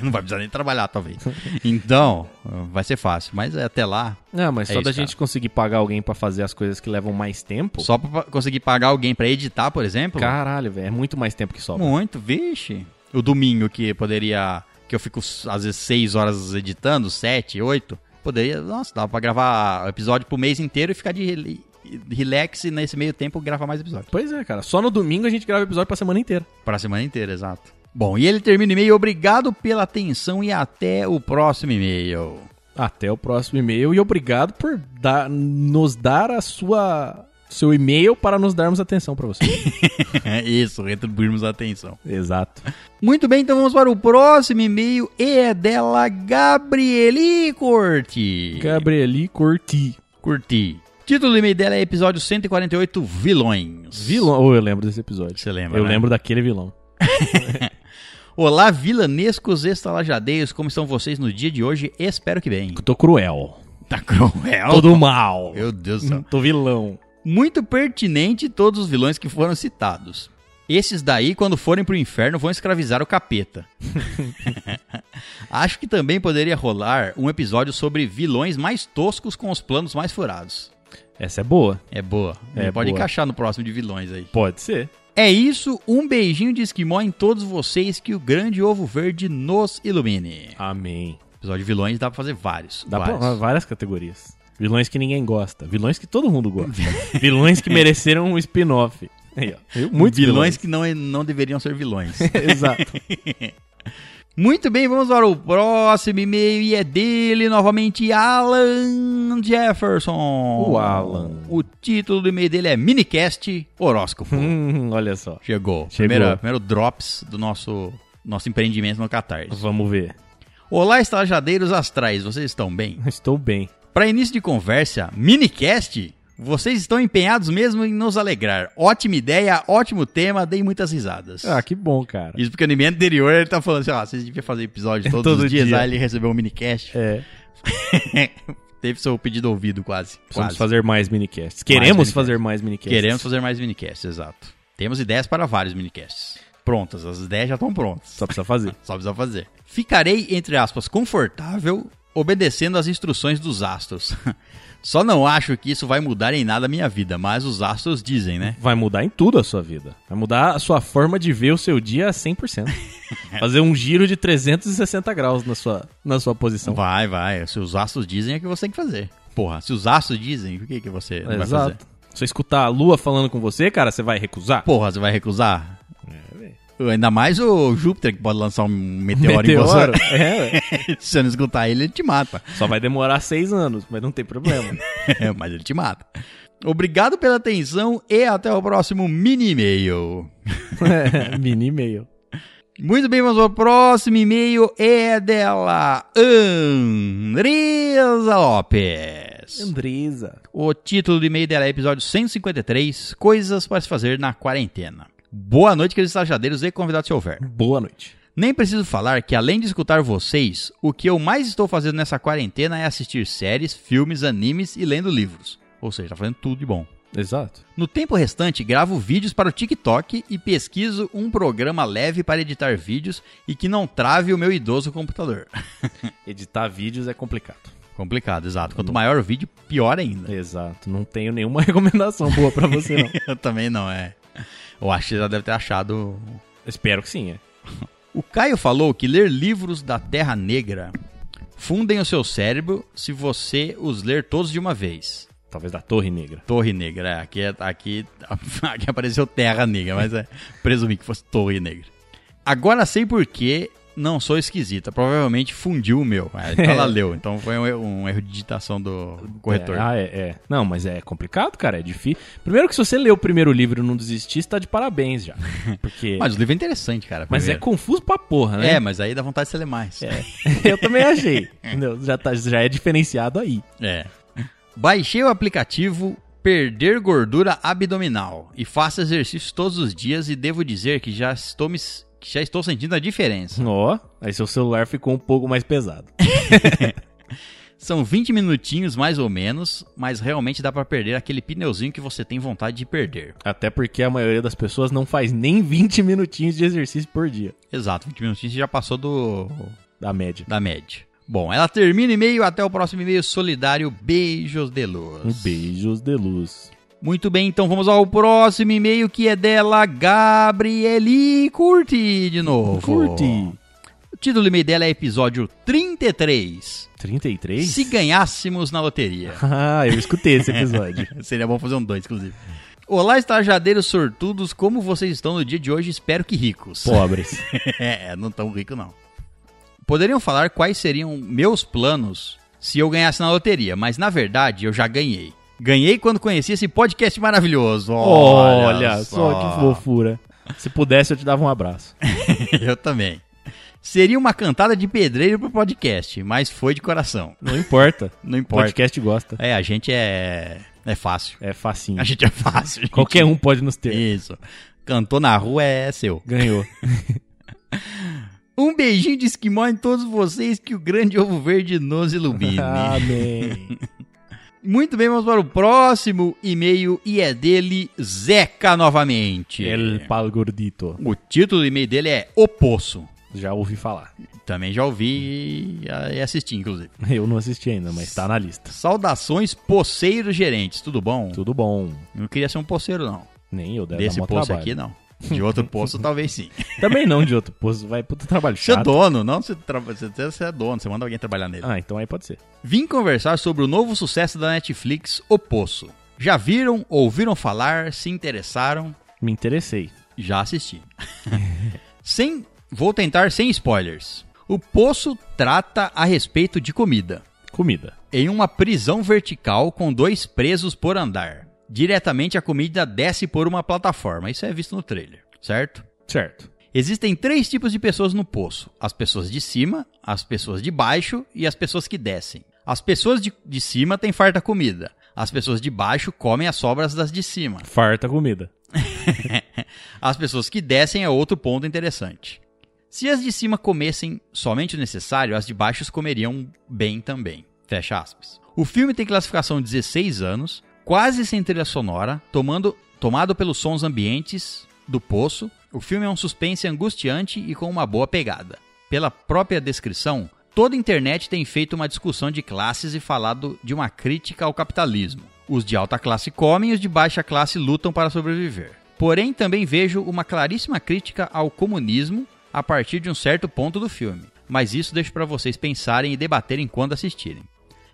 [SPEAKER 1] Não vai precisar nem trabalhar, talvez. Então, vai ser fácil. Mas é até lá,
[SPEAKER 2] Não, mas
[SPEAKER 1] É
[SPEAKER 2] só da
[SPEAKER 1] isso,
[SPEAKER 2] gente conseguir pagar alguém pra fazer as coisas que levam mais tempo.
[SPEAKER 1] Só pra pa- conseguir pagar alguém pra editar, por exemplo?
[SPEAKER 2] Caralho, velho, é muito mais tempo que sobra.
[SPEAKER 1] Muito, vixe. O domingo que poderia. Que eu fico às vezes 6 horas editando, 7, 8. Poderia. Nossa, dava pra gravar o episódio pro mês inteiro e ficar de rele- relax e nesse meio tempo gravar mais episódio.
[SPEAKER 2] Pois é, cara. Só no domingo a gente grava episódio pra semana inteira.
[SPEAKER 1] Pra semana inteira, exato. Bom, e ele termina o e-mail. Obrigado pela atenção e até o próximo e-mail.
[SPEAKER 2] Até o próximo e-mail e obrigado por dar- nos dar a sua seu e-mail para nos darmos atenção para você.
[SPEAKER 1] Isso, retribuirmos a atenção.
[SPEAKER 2] Exato.
[SPEAKER 1] Muito bem, então vamos para o próximo e-mail e é dela Gabrieli Corte.
[SPEAKER 2] Gabrieli Corti.
[SPEAKER 1] Curti. Título do e-mail dela é episódio 148, Vilões.
[SPEAKER 2] Vilão. Ou eu lembro desse episódio.
[SPEAKER 1] Você lembra,
[SPEAKER 2] Eu
[SPEAKER 1] né?
[SPEAKER 2] lembro daquele vilão.
[SPEAKER 1] Olá, vilanescos estalajadeiros, como estão vocês no dia de hoje? Espero que bem.
[SPEAKER 2] Eu Tô cruel.
[SPEAKER 1] Tá cruel.
[SPEAKER 2] Todo Ah, Hum. mal.
[SPEAKER 1] Meu Deus do céu.
[SPEAKER 2] Tô vilão.
[SPEAKER 1] Muito pertinente todos os vilões que foram citados. Esses daí, quando forem pro inferno, vão escravizar o capeta. Acho que também poderia rolar um episódio sobre vilões mais toscos com os planos mais furados.
[SPEAKER 2] Essa é boa.
[SPEAKER 1] É boa.
[SPEAKER 2] É
[SPEAKER 1] Ele pode
[SPEAKER 2] boa.
[SPEAKER 1] encaixar no próximo de vilões aí.
[SPEAKER 2] Pode ser.
[SPEAKER 1] É isso, um beijinho de esquimó em todos vocês, que o grande ovo verde nos ilumine.
[SPEAKER 2] Amém.
[SPEAKER 1] Episódio de vilões dá pra fazer vários.
[SPEAKER 2] Dá
[SPEAKER 1] vários.
[SPEAKER 2] pra várias categorias. Vilões que ninguém gosta. Vilões que todo mundo gosta. vilões que mereceram um spin-off. Aí, ó. Muitos
[SPEAKER 1] vilões, que não, é, não deveriam ser vilões.
[SPEAKER 2] vilões. Exato.
[SPEAKER 1] Muito bem, vamos para o próximo e-mail e é dele novamente, Alan Jefferson.
[SPEAKER 2] O Alan.
[SPEAKER 1] O título do e-mail dele é Minicast Horóscopo.
[SPEAKER 2] Hum, olha só.
[SPEAKER 1] Chegou.
[SPEAKER 2] Chegou.
[SPEAKER 1] Primeiro, primeiro drops do nosso, nosso empreendimento no Catarse.
[SPEAKER 2] Vamos ver.
[SPEAKER 1] Olá, estalajadeiros astrais, vocês estão bem?
[SPEAKER 2] Estou bem.
[SPEAKER 1] Para início de conversa, minicast? Vocês estão empenhados mesmo em nos alegrar. Ótima ideia, ótimo tema, dei muitas risadas.
[SPEAKER 2] Ah, que bom, cara.
[SPEAKER 1] Isso porque no e-mail anterior ele tá falando assim, ó, vocês deviam fazer episódio todos
[SPEAKER 2] Todo
[SPEAKER 1] os dias,
[SPEAKER 2] dia.
[SPEAKER 1] aí ele recebeu um minicast.
[SPEAKER 2] É,
[SPEAKER 1] Teve seu pedido ouvido quase.
[SPEAKER 2] precisamos
[SPEAKER 1] quase.
[SPEAKER 2] fazer mais minicasts. Queremos
[SPEAKER 1] minicasts.
[SPEAKER 2] fazer mais minicasts.
[SPEAKER 1] Queremos fazer mais minicasts, exato. Temos ideias para vários minicasts. prontas, as ideias já estão prontas.
[SPEAKER 2] Só precisa fazer.
[SPEAKER 1] Só precisa fazer. Ficarei, entre aspas, confortável obedecendo às instruções dos astros. Só não acho que isso vai mudar em nada a minha vida, mas os astros dizem, né?
[SPEAKER 2] Vai mudar em tudo a sua vida. Vai mudar a sua forma de ver o seu dia a 100%. Fazer um giro de 360 graus na sua, na sua posição.
[SPEAKER 1] Vai, vai. Se os astros dizem, é que você tem que fazer. Porra, se os astros dizem, por que, que você não vai fazer?
[SPEAKER 2] Exato. Se você escutar a lua falando com você, cara, você vai recusar? É,
[SPEAKER 1] Porra, você vai recusar? Ainda mais o Júpiter, que pode lançar um meteoro,
[SPEAKER 2] Meteoro?
[SPEAKER 1] em
[SPEAKER 2] É, ué.
[SPEAKER 1] você. se você não escutar ele, ele te mata.
[SPEAKER 2] só vai demorar seis anos, mas não tem problema.
[SPEAKER 1] É, mas ele te mata. Obrigado pela atenção e até o próximo mini e-mail.
[SPEAKER 2] É, Mini e-mail.
[SPEAKER 1] Muito bem, vamos ao próximo e-mail. É dela, Andresa Lopes.
[SPEAKER 2] Andresa.
[SPEAKER 1] O título do e-mail dela é episódio 153, Coisas para se fazer na quarentena. Boa noite, queridos estagiadeiros e convidados se houver.
[SPEAKER 2] Boa noite.
[SPEAKER 1] Nem preciso falar que, além de escutar vocês, o que eu mais estou fazendo nessa quarentena é assistir séries, filmes, animes e lendo livros. Ou seja, tá fazendo tudo de bom.
[SPEAKER 2] Exato.
[SPEAKER 1] No tempo restante, gravo vídeos para o TikTok e pesquiso um programa leve para editar vídeos e que não trave o meu idoso computador.
[SPEAKER 2] Editar vídeos é complicado. né?
[SPEAKER 1] Complicado, exato. Quanto maior o vídeo, pior ainda.
[SPEAKER 2] Exato. Não tenho nenhuma recomendação boa pra você, não.
[SPEAKER 1] Eu também não, é. Eu acho que já deve ter achado.
[SPEAKER 2] Espero que sim, é.
[SPEAKER 1] O Caio falou que ler livros da Terra Negra fundem o seu cérebro se você os ler todos de uma vez.
[SPEAKER 2] Talvez da Torre Negra.
[SPEAKER 1] Torre Negra, é. Aqui, é- aqui, aqui apareceu Terra Negra, mas é, presumi que fosse Torre Negra. Agora sei por que não sou esquisita. Provavelmente fundiu o meu. É, então ela leu, então foi um, erro- um erro de digitação do corretor.
[SPEAKER 2] É, ah, é, é. Não, mas é complicado, cara. É difícil. Primeiro que se você ler o primeiro livro e não desistir, você tá de parabéns já. Porque. mas
[SPEAKER 1] Mas o livro é interessante, cara.
[SPEAKER 2] é
[SPEAKER 1] primeiro.
[SPEAKER 2] confuso pra porra, né?
[SPEAKER 1] É, mas aí dá vontade de você ler mais. É.
[SPEAKER 2] Eu também achei. Entendeu? Já, tá, já é diferenciado aí.
[SPEAKER 1] É. Baixei o aplicativo Perder Gordura Abdominal e faço exercícios todos os dias e devo dizer que já estou, me, que já estou sentindo a diferença.
[SPEAKER 2] Ó, aí seu celular ficou um pouco mais pesado.
[SPEAKER 1] São 20 minutinhos mais ou menos, mas realmente dá pra perder aquele pneuzinho que você tem vontade de perder.
[SPEAKER 2] Até porque a maioria das pessoas não faz nem 20 minutinhos de exercício por dia,
[SPEAKER 1] Exato, 20 minutinhos já passou do
[SPEAKER 2] da média.
[SPEAKER 1] da média. Bom, ela termina o e-mail, até o próximo e-mail solidário. Beijos de
[SPEAKER 2] Um
[SPEAKER 1] luz.
[SPEAKER 2] beijos de luz.
[SPEAKER 1] Muito bem, então vamos ao próximo e-mail que é dela, Gabrieli Curti de novo.
[SPEAKER 2] Curti.
[SPEAKER 1] O título do e-mail dela é episódio 33.
[SPEAKER 2] 33?
[SPEAKER 1] Se ganhássemos na loteria.
[SPEAKER 2] Ah, eu escutei esse episódio.
[SPEAKER 1] Seria bom fazer um 2, inclusive. Olá, estajadeiros sortudos, como vocês estão no dia de hoje? Espero que ricos.
[SPEAKER 2] Pobres.
[SPEAKER 1] é, não tão rico não. Poderiam falar quais seriam meus planos se eu ganhasse na loteria, mas na verdade eu já ganhei. Ganhei quando conheci esse podcast maravilhoso.
[SPEAKER 2] Olha, só, que fofura. Se pudesse, eu te dava um abraço.
[SPEAKER 1] eu também. Seria uma cantada de pedreiro pro podcast, mas foi de coração.
[SPEAKER 2] Não importa.
[SPEAKER 1] Não
[SPEAKER 2] O
[SPEAKER 1] importa.
[SPEAKER 2] podcast gosta.
[SPEAKER 1] É, a gente é é fácil.
[SPEAKER 2] É facinho.
[SPEAKER 1] A gente é fácil. gente.
[SPEAKER 2] Qualquer um pode nos ter.
[SPEAKER 1] Isso. Cantou na rua é seu.
[SPEAKER 2] Ganhou.
[SPEAKER 1] Um beijinho de esquimó em todos vocês, que o grande ovo verde nos ilumine.
[SPEAKER 2] Amém.
[SPEAKER 1] Muito bem, vamos para o próximo e-mail e é dele, Zeca novamente.
[SPEAKER 2] El pal gordito.
[SPEAKER 1] O título do e-mail dele é O Poço.
[SPEAKER 2] Já ouvi falar.
[SPEAKER 1] Também já ouvi e assisti, inclusive.
[SPEAKER 2] Eu não assisti ainda, mas tá na lista.
[SPEAKER 1] Saudações, poceiros gerentes, tudo bom?
[SPEAKER 2] Tudo bom.
[SPEAKER 1] Eu não queria ser um poceiro, não.
[SPEAKER 2] Nem eu, deve
[SPEAKER 1] Desse
[SPEAKER 2] dar mó
[SPEAKER 1] poço
[SPEAKER 2] trabalho.
[SPEAKER 1] aqui, não. De outro poço, talvez sim.
[SPEAKER 2] Também não de outro posto. Vai puta trabalho
[SPEAKER 1] Você é
[SPEAKER 2] chato.
[SPEAKER 1] dono, não? Você, tra... você você é dono, você manda alguém trabalhar nele.
[SPEAKER 2] Ah, então aí pode ser.
[SPEAKER 1] Vim conversar sobre o novo sucesso da Netflix, O Poço. Já viram, ouviram falar, se interessaram?
[SPEAKER 2] Me interessei.
[SPEAKER 1] Já assisti. sem, vou tentar sem spoilers. O Poço trata a respeito de comida.
[SPEAKER 2] Comida.
[SPEAKER 1] Em uma prisão vertical com dois presos por andar. Diretamente a comida desce por uma plataforma. Isso é visto no trailer, certo?
[SPEAKER 2] Certo.
[SPEAKER 1] Existem três tipos de pessoas no poço: as pessoas de cima, as pessoas de baixo e as pessoas que descem. As pessoas de, de cima têm farta comida. As pessoas de baixo comem as sobras das de cima.
[SPEAKER 2] Farta comida.
[SPEAKER 1] As pessoas que descem é outro ponto interessante. Se as de cima comessem somente o necessário, as de baixo comeriam bem também. Fecha aspas. O filme tem classificação 16 anos, quase sem trilha sonora, tomando, tomado pelos sons ambientes do poço, O filme é um suspense angustiante e com uma boa pegada. Pela própria descrição, toda a internet tem feito uma discussão de classes e falado de uma crítica ao capitalismo. Os de alta classe comem e os de baixa classe lutam para sobreviver. Porém, também vejo uma claríssima crítica ao comunismo a partir de um certo ponto do filme. Mas isso deixo para vocês pensarem e debaterem quando assistirem.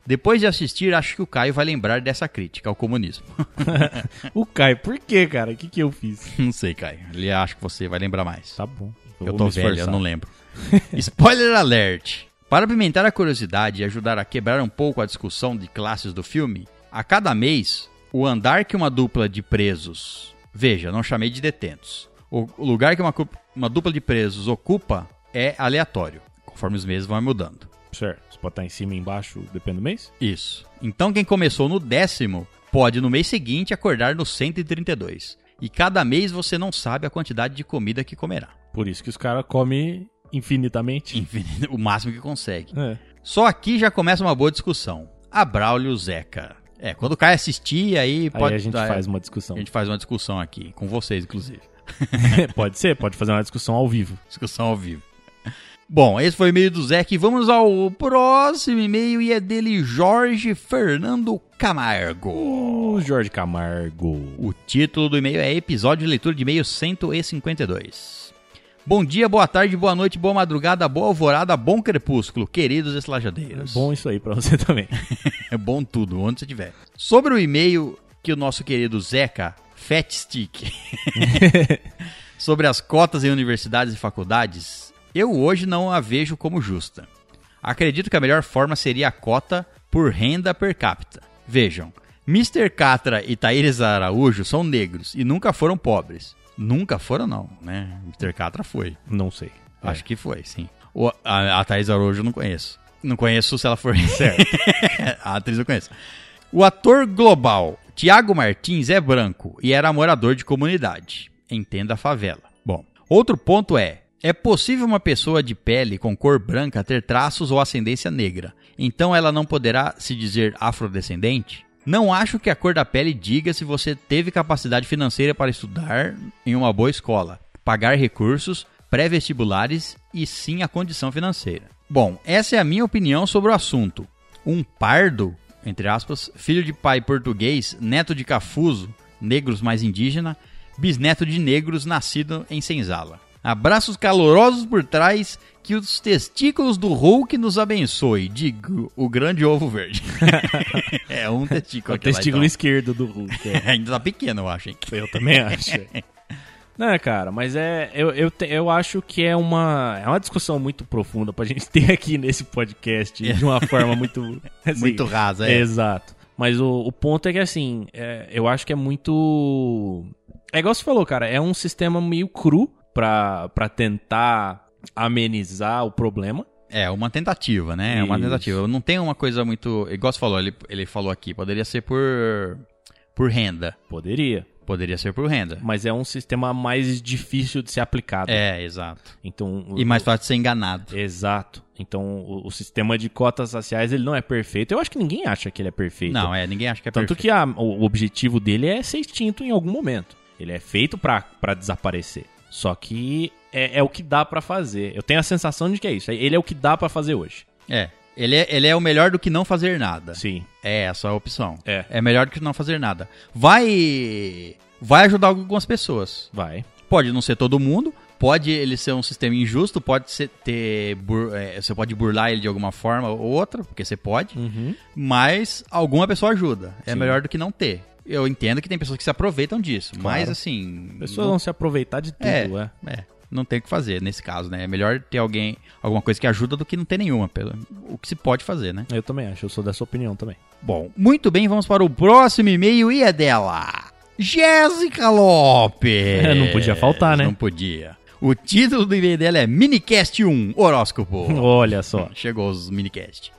[SPEAKER 1] Depois de assistir, acho que o Caio vai lembrar dessa crítica ao comunismo.
[SPEAKER 2] o Caio, por quê, cara? O que, que eu fiz?
[SPEAKER 1] não sei, Caio. Ele acha que você vai lembrar mais.
[SPEAKER 2] Tá bom.
[SPEAKER 1] eu
[SPEAKER 2] vou
[SPEAKER 1] tô
[SPEAKER 2] me
[SPEAKER 1] velho, eu
[SPEAKER 2] esforçar.
[SPEAKER 1] não lembro. Spoiler alert! Para pimentar a curiosidade e ajudar a quebrar um pouco a discussão de classes do filme, a cada mês, o andar que uma dupla de presos. Veja, não chamei de detentos. O o lugar que uma, cu- uma dupla de presos ocupa é aleatório, conforme os meses vão mudando.
[SPEAKER 2] Certo. Você pode estar em cima e embaixo, depende do mês?
[SPEAKER 1] Isso. Então quem começou no décimo pode no mês seguinte acordar no 132. E cada mês você não sabe a quantidade de comida que comerá.
[SPEAKER 2] Por isso que os caras comem infinitamente.
[SPEAKER 1] Enfim, o máximo que consegue.
[SPEAKER 2] É.
[SPEAKER 1] Só aqui já começa uma boa discussão. Abraulio Zeca. É, quando o Caio assistir, aí
[SPEAKER 2] Aí
[SPEAKER 1] pode.
[SPEAKER 2] a gente
[SPEAKER 1] aí
[SPEAKER 2] faz uma discussão.
[SPEAKER 1] a gente faz uma discussão aqui, com vocês, inclusive.
[SPEAKER 2] pode ser, pode fazer uma discussão ao vivo.
[SPEAKER 1] Discussão ao vivo. Bom, esse foi o e-mail do Zeca e vamos ao próximo e-mail e é dele Jorge Fernando Camargo.
[SPEAKER 2] O Jorge Camargo.
[SPEAKER 1] O título do e-mail é Episódio de Leitura de E-mail 152. Bom dia, boa tarde, boa noite, boa madrugada, boa alvorada, bom crepúsculo, queridos
[SPEAKER 2] É
[SPEAKER 1] eslajadeiros.
[SPEAKER 2] bom isso aí pra você também.
[SPEAKER 1] É bom tudo, onde você tiver. Sobre o e-mail que o nosso querido Zeca Fatstick sobre as cotas em universidades e faculdades, eu hoje não a vejo como justa. Acredito que a melhor forma seria a cota por renda per capita. Vejam, Mr. Catra e Thaíris Araújo são negros e nunca foram pobres. Nunca foram, não, né? Mr. Catra foi.
[SPEAKER 2] Não sei.
[SPEAKER 1] Acho que foi, sim. O- a, a Thaís Araújo eu não conheço. Não conheço se ela for.
[SPEAKER 2] Certo.
[SPEAKER 1] a atriz eu conheço. O ator global Tiago Martins é branco e era morador de comunidade. Entenda a favela. Bom, outro ponto é: é possível uma pessoa de pele com cor branca ter traços ou ascendência negra, então ela não poderá se dizer afrodescendente? Não acho que a cor da pele diga se você teve capacidade financeira para estudar em uma boa escola, pagar recursos, pré-vestibulares e sim a condição financeira. Bom, essa é a minha opinião sobre o assunto. Um pardo, entre aspas, filho de pai português, neto de cafuso, negros mais indígena, bisneto de negros nascido em Senzala. Abraços calorosos por trás, que os testículos do Hulk nos abençoe, digo, o grande ovo verde. é um testículo
[SPEAKER 2] O
[SPEAKER 1] aquele lá,
[SPEAKER 2] testículo
[SPEAKER 1] então.
[SPEAKER 2] esquerdo do Hulk. é.
[SPEAKER 1] Ainda tá pequeno, eu acho, hein?
[SPEAKER 2] Eu também acho. Não, cara, mas é. Eu, eu, te- eu acho que é uma, é uma discussão muito profunda pra gente ter aqui nesse podcast de uma forma muito. assim,
[SPEAKER 1] Muito rasa, é.
[SPEAKER 2] Exato. Mas o, o ponto é que, assim, é, eu acho que é muito. É igual você falou, cara, é um sistema meio cru pra, pra tentar amenizar o problema.
[SPEAKER 1] É, uma tentativa, né? É uma
[SPEAKER 2] Isso.
[SPEAKER 1] tentativa. Não tem uma coisa muito. Igual você falou, ele, ele falou aqui, poderia ser por. por renda.
[SPEAKER 2] Poderia.
[SPEAKER 1] Poderia ser por renda.
[SPEAKER 2] Mas é um sistema mais difícil de ser aplicado.
[SPEAKER 1] É, exato.
[SPEAKER 2] Então, o-
[SPEAKER 1] E mais fácil de ser enganado.
[SPEAKER 2] Exato. Então, o, o sistema de cotas raciais, ele não é perfeito. Eu acho que ninguém acha que ele é perfeito.
[SPEAKER 1] Não, é, ninguém acha que é
[SPEAKER 2] Tanto
[SPEAKER 1] perfeito.
[SPEAKER 2] que a- o o objetivo dele é ser extinto em algum momento. Ele é feito pra pra desaparecer. Só que é, é o que dá pra fazer. Eu tenho a sensação de que é isso. Ele é o que dá pra fazer hoje.
[SPEAKER 1] É. Ele, é. ele é o melhor do que não fazer nada.
[SPEAKER 2] Sim.
[SPEAKER 1] É essa a opção.
[SPEAKER 2] É.
[SPEAKER 1] É melhor do que não fazer nada. Vai. Vai ajudar algumas pessoas.
[SPEAKER 2] Vai.
[SPEAKER 1] Pode não ser todo mundo, pode ele ser um sistema injusto, pode ser ter. bur- é, você pode burlar ele de alguma forma ou outra, porque você pode. Mas alguma pessoa ajuda. É
[SPEAKER 2] Sim.
[SPEAKER 1] melhor do que não ter. Eu entendo que tem pessoas que se aproveitam disso, mas assim.
[SPEAKER 2] Pessoas vão se aproveitar de tudo,
[SPEAKER 1] É.
[SPEAKER 2] é.
[SPEAKER 1] É, não tem o que fazer nesse caso, né? É melhor ter alguém, alguma coisa que ajuda do que não ter nenhuma, pelo o que se pode fazer, né?
[SPEAKER 2] Eu também acho. Eu sou dessa opinião também.
[SPEAKER 1] Bom, muito bem, vamos para o próximo e-mail e é dela. Jéssica Lopes.
[SPEAKER 2] É, não podia faltar, né?
[SPEAKER 1] Não podia. O título do e-mail dela é Minicast 1, horóscopo.
[SPEAKER 2] Olha só.
[SPEAKER 1] Chegou os minicast.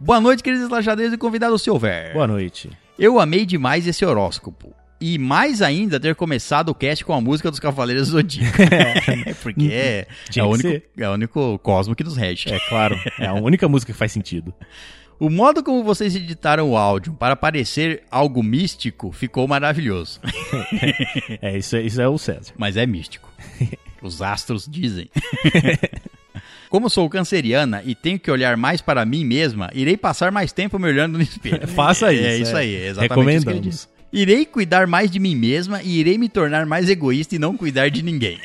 [SPEAKER 1] Boa noite, queridos lajadeiros e convidados, se houver.
[SPEAKER 2] Boa noite.
[SPEAKER 1] Eu amei demais esse horóscopo. E mais ainda ter começado o cast com a música dos Cavaleiros do Zodíaco. Porque é, é,
[SPEAKER 2] Tinha
[SPEAKER 1] o
[SPEAKER 2] que
[SPEAKER 1] único,
[SPEAKER 2] ser.
[SPEAKER 1] é o único cosmo que nos rege.
[SPEAKER 2] É claro. É a única música que faz sentido.
[SPEAKER 1] O modo como vocês editaram o áudio para parecer algo místico ficou maravilhoso.
[SPEAKER 2] É, isso é, isso é o César.
[SPEAKER 1] Mas é místico. Os astros dizem. Como sou canceriana e tenho que olhar mais para mim mesma, irei passar mais tempo me olhando no espelho.
[SPEAKER 2] Faça isso.
[SPEAKER 1] É isso aí, é exatamente isso que ele
[SPEAKER 2] Recomendamos.
[SPEAKER 1] disse. Irei cuidar mais de mim mesma e irei me tornar mais egoísta e não cuidar de ninguém.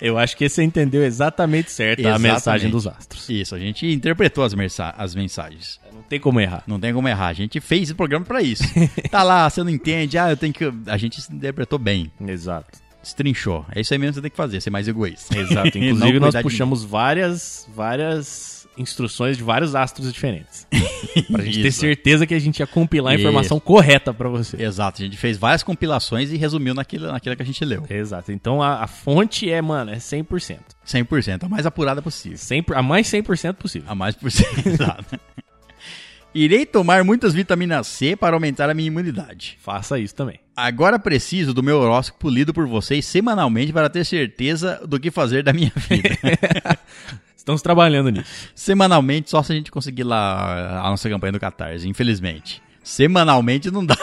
[SPEAKER 2] Eu acho que você entendeu exatamente certo
[SPEAKER 1] Exatamente.
[SPEAKER 2] a mensagem dos astros.
[SPEAKER 1] Isso, a gente interpretou as, mensa- as mensagens.
[SPEAKER 2] Não tem como errar.
[SPEAKER 1] Não tem como errar. A gente fez esse programa pra isso. Tá lá, você não entende. Ah, eu tenho que. A gente se interpretou bem.
[SPEAKER 2] Exato.
[SPEAKER 1] Destrinchou. É isso aí mesmo que você tem que fazer, ser mais egoísta.
[SPEAKER 2] Exato.
[SPEAKER 1] Não
[SPEAKER 2] Inclusive, nós
[SPEAKER 1] cuidar de
[SPEAKER 2] puxamos várias, várias instruções de vários astros diferentes.
[SPEAKER 1] ninguém.
[SPEAKER 2] Pra gente ter
[SPEAKER 1] Isso.
[SPEAKER 2] certeza que a gente ia compilar a
[SPEAKER 1] Isso.
[SPEAKER 2] informação correta pra você.
[SPEAKER 1] Exato, a gente fez várias compilações e resumiu naquilo, naquela que a gente leu.
[SPEAKER 2] Exato. Então a, a fonte é, mano, é 100%.
[SPEAKER 1] 100%, a mais apurada possível.
[SPEAKER 2] 100 a mais 100% possível.
[SPEAKER 1] A mais por cento, exato. Irei tomar muitas vitaminas C para aumentar a minha imunidade.
[SPEAKER 2] Faça isso também.
[SPEAKER 1] Agora preciso do meu horóscopo lido por vocês semanalmente para ter certeza do que fazer da minha vida.
[SPEAKER 2] Estamos trabalhando nisso.
[SPEAKER 1] Semanalmente, só se a gente conseguir lá a nossa campanha do Catarse, infelizmente. Semanalmente não dá.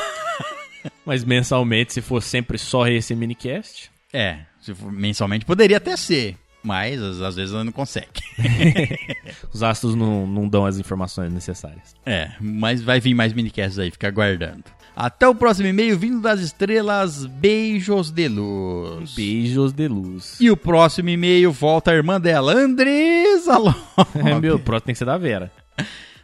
[SPEAKER 2] Mas mensalmente, se for sempre só esse minicast,
[SPEAKER 1] É, se for mensalmente poderia até ser, mas às às vezes ela não consegue.
[SPEAKER 2] os astros não, não dão as informações necessárias.
[SPEAKER 1] É, mas vai vir mais minicasts aí, fica aguardando. Até o próximo e-mail, vindo das estrelas, beijos de luz.
[SPEAKER 2] Beijos de luz.
[SPEAKER 1] E o próximo e-mail volta a irmã dela, Andresa Lopes.
[SPEAKER 2] É, Meu, o próximo tem que ser da Vera.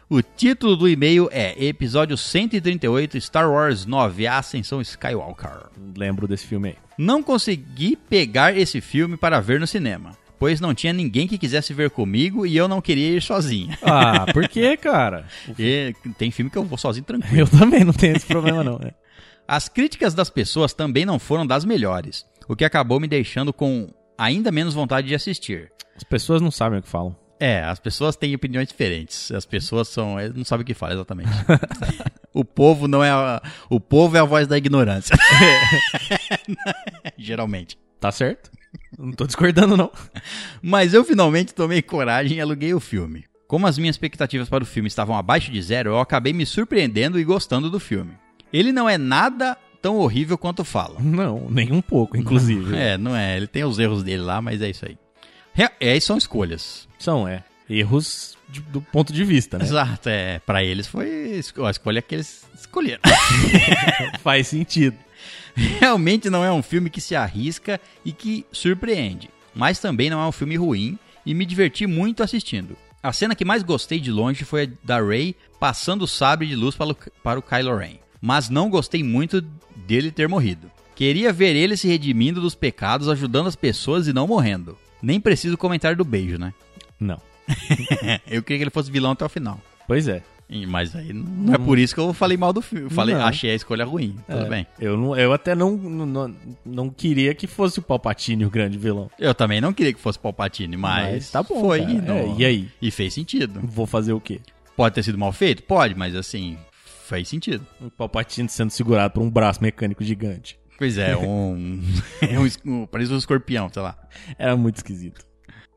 [SPEAKER 1] O título do e-mail é Episódio 138, Star Wars 9, A Ascensão Skywalker.
[SPEAKER 2] Lembro desse filme aí.
[SPEAKER 1] Não consegui pegar esse filme para ver no cinema, pois não tinha ninguém que quisesse ver comigo e eu não queria ir sozinha.
[SPEAKER 2] Ah, por que, cara?
[SPEAKER 1] E tem filme que eu vou sozinho tranquilo.
[SPEAKER 2] Eu também não tenho esse problema, não. né?
[SPEAKER 1] As críticas das pessoas também não foram das melhores, o que acabou me deixando com ainda menos vontade de assistir.
[SPEAKER 2] As pessoas não sabem o que falam.
[SPEAKER 1] É, as pessoas têm opiniões diferentes. As pessoas são, é, não sabem o que fala exatamente. o povo não é a, o povo é a voz da ignorância. Geralmente.
[SPEAKER 2] Tá certo? Não tô discordando, não.
[SPEAKER 1] Mas eu finalmente tomei coragem e aluguei o filme. Como as minhas expectativas para o filme estavam abaixo de zero, eu acabei me surpreendendo e gostando do filme. Ele não é nada tão horrível quanto falam.
[SPEAKER 2] Não, nem um pouco, inclusive.
[SPEAKER 1] É, não é. Ele tem os erros dele lá, mas é isso aí. Re- É, e são escolhas.
[SPEAKER 2] São, é. Erros de- do ponto de vista, né?
[SPEAKER 1] Exato, é. Pra eles foi esco- a escolha que eles escolheram.
[SPEAKER 2] Faz sentido.
[SPEAKER 1] Realmente não é um filme que se arrisca e que surpreende, mas também não é um filme ruim e me diverti muito assistindo. A cena que mais gostei de longe foi a da Rey passando o sabre de luz para o, para o Kylo Ren, mas não gostei muito dele ter morrido. Queria ver ele se redimindo dos pecados, ajudando as pessoas e não morrendo. Nem preciso comentar do beijo, né?
[SPEAKER 2] Não.
[SPEAKER 1] Eu queria que ele fosse vilão até o final.
[SPEAKER 2] Pois é.
[SPEAKER 1] E- Mas aí não é por isso que eu falei mal do filme. Eu Falei,
[SPEAKER 2] Não.
[SPEAKER 1] achei a escolha ruim. Tudo
[SPEAKER 2] É.
[SPEAKER 1] bem.
[SPEAKER 2] Eu, não, eu até não, não, não queria que fosse o Palpatine o grande vilão.
[SPEAKER 1] Eu também não queria que fosse Palpatine, mas,
[SPEAKER 2] Mas tá bom,
[SPEAKER 1] foi
[SPEAKER 2] cara.
[SPEAKER 1] e não-
[SPEAKER 2] É, e aí?
[SPEAKER 1] E fez sentido.
[SPEAKER 2] Vou fazer o quê?
[SPEAKER 1] Pode ter sido mal feito? Pode, mas assim, fez sentido.
[SPEAKER 2] O Um Palpatine sendo segurado por um braço mecânico gigante.
[SPEAKER 1] Pois é, um. é um, es- um parece um escorpião, sei lá.
[SPEAKER 2] Era muito esquisito.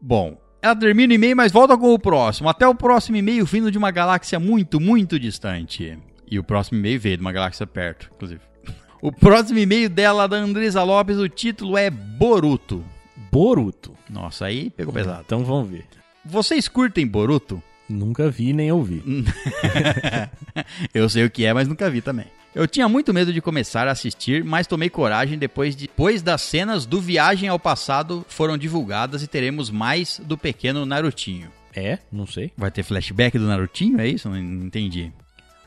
[SPEAKER 1] Bom, ela termina o e-mail, mas volta com o próximo. Até o próximo e-mail vindo de uma galáxia muito, muito distante. E o próximo e-mail veio de uma galáxia perto, inclusive. O próximo e-mail dela, da Andresa Lopes, o título é Boruto.
[SPEAKER 2] Boruto.
[SPEAKER 1] Nossa, aí pegou pesado.
[SPEAKER 2] Então vamos ver.
[SPEAKER 1] Vocês curtem Boruto?
[SPEAKER 2] Nunca vi nem ouvi.
[SPEAKER 1] Eu sei o que é, mas nunca vi também. Eu tinha muito medo de começar a assistir, mas tomei coragem depois, de, depois das cenas do Viagem ao Passado foram divulgadas e teremos mais do pequeno Narutinho.
[SPEAKER 2] É? Não sei.
[SPEAKER 1] Vai ter flashback do Narutinho, é isso? Não entendi.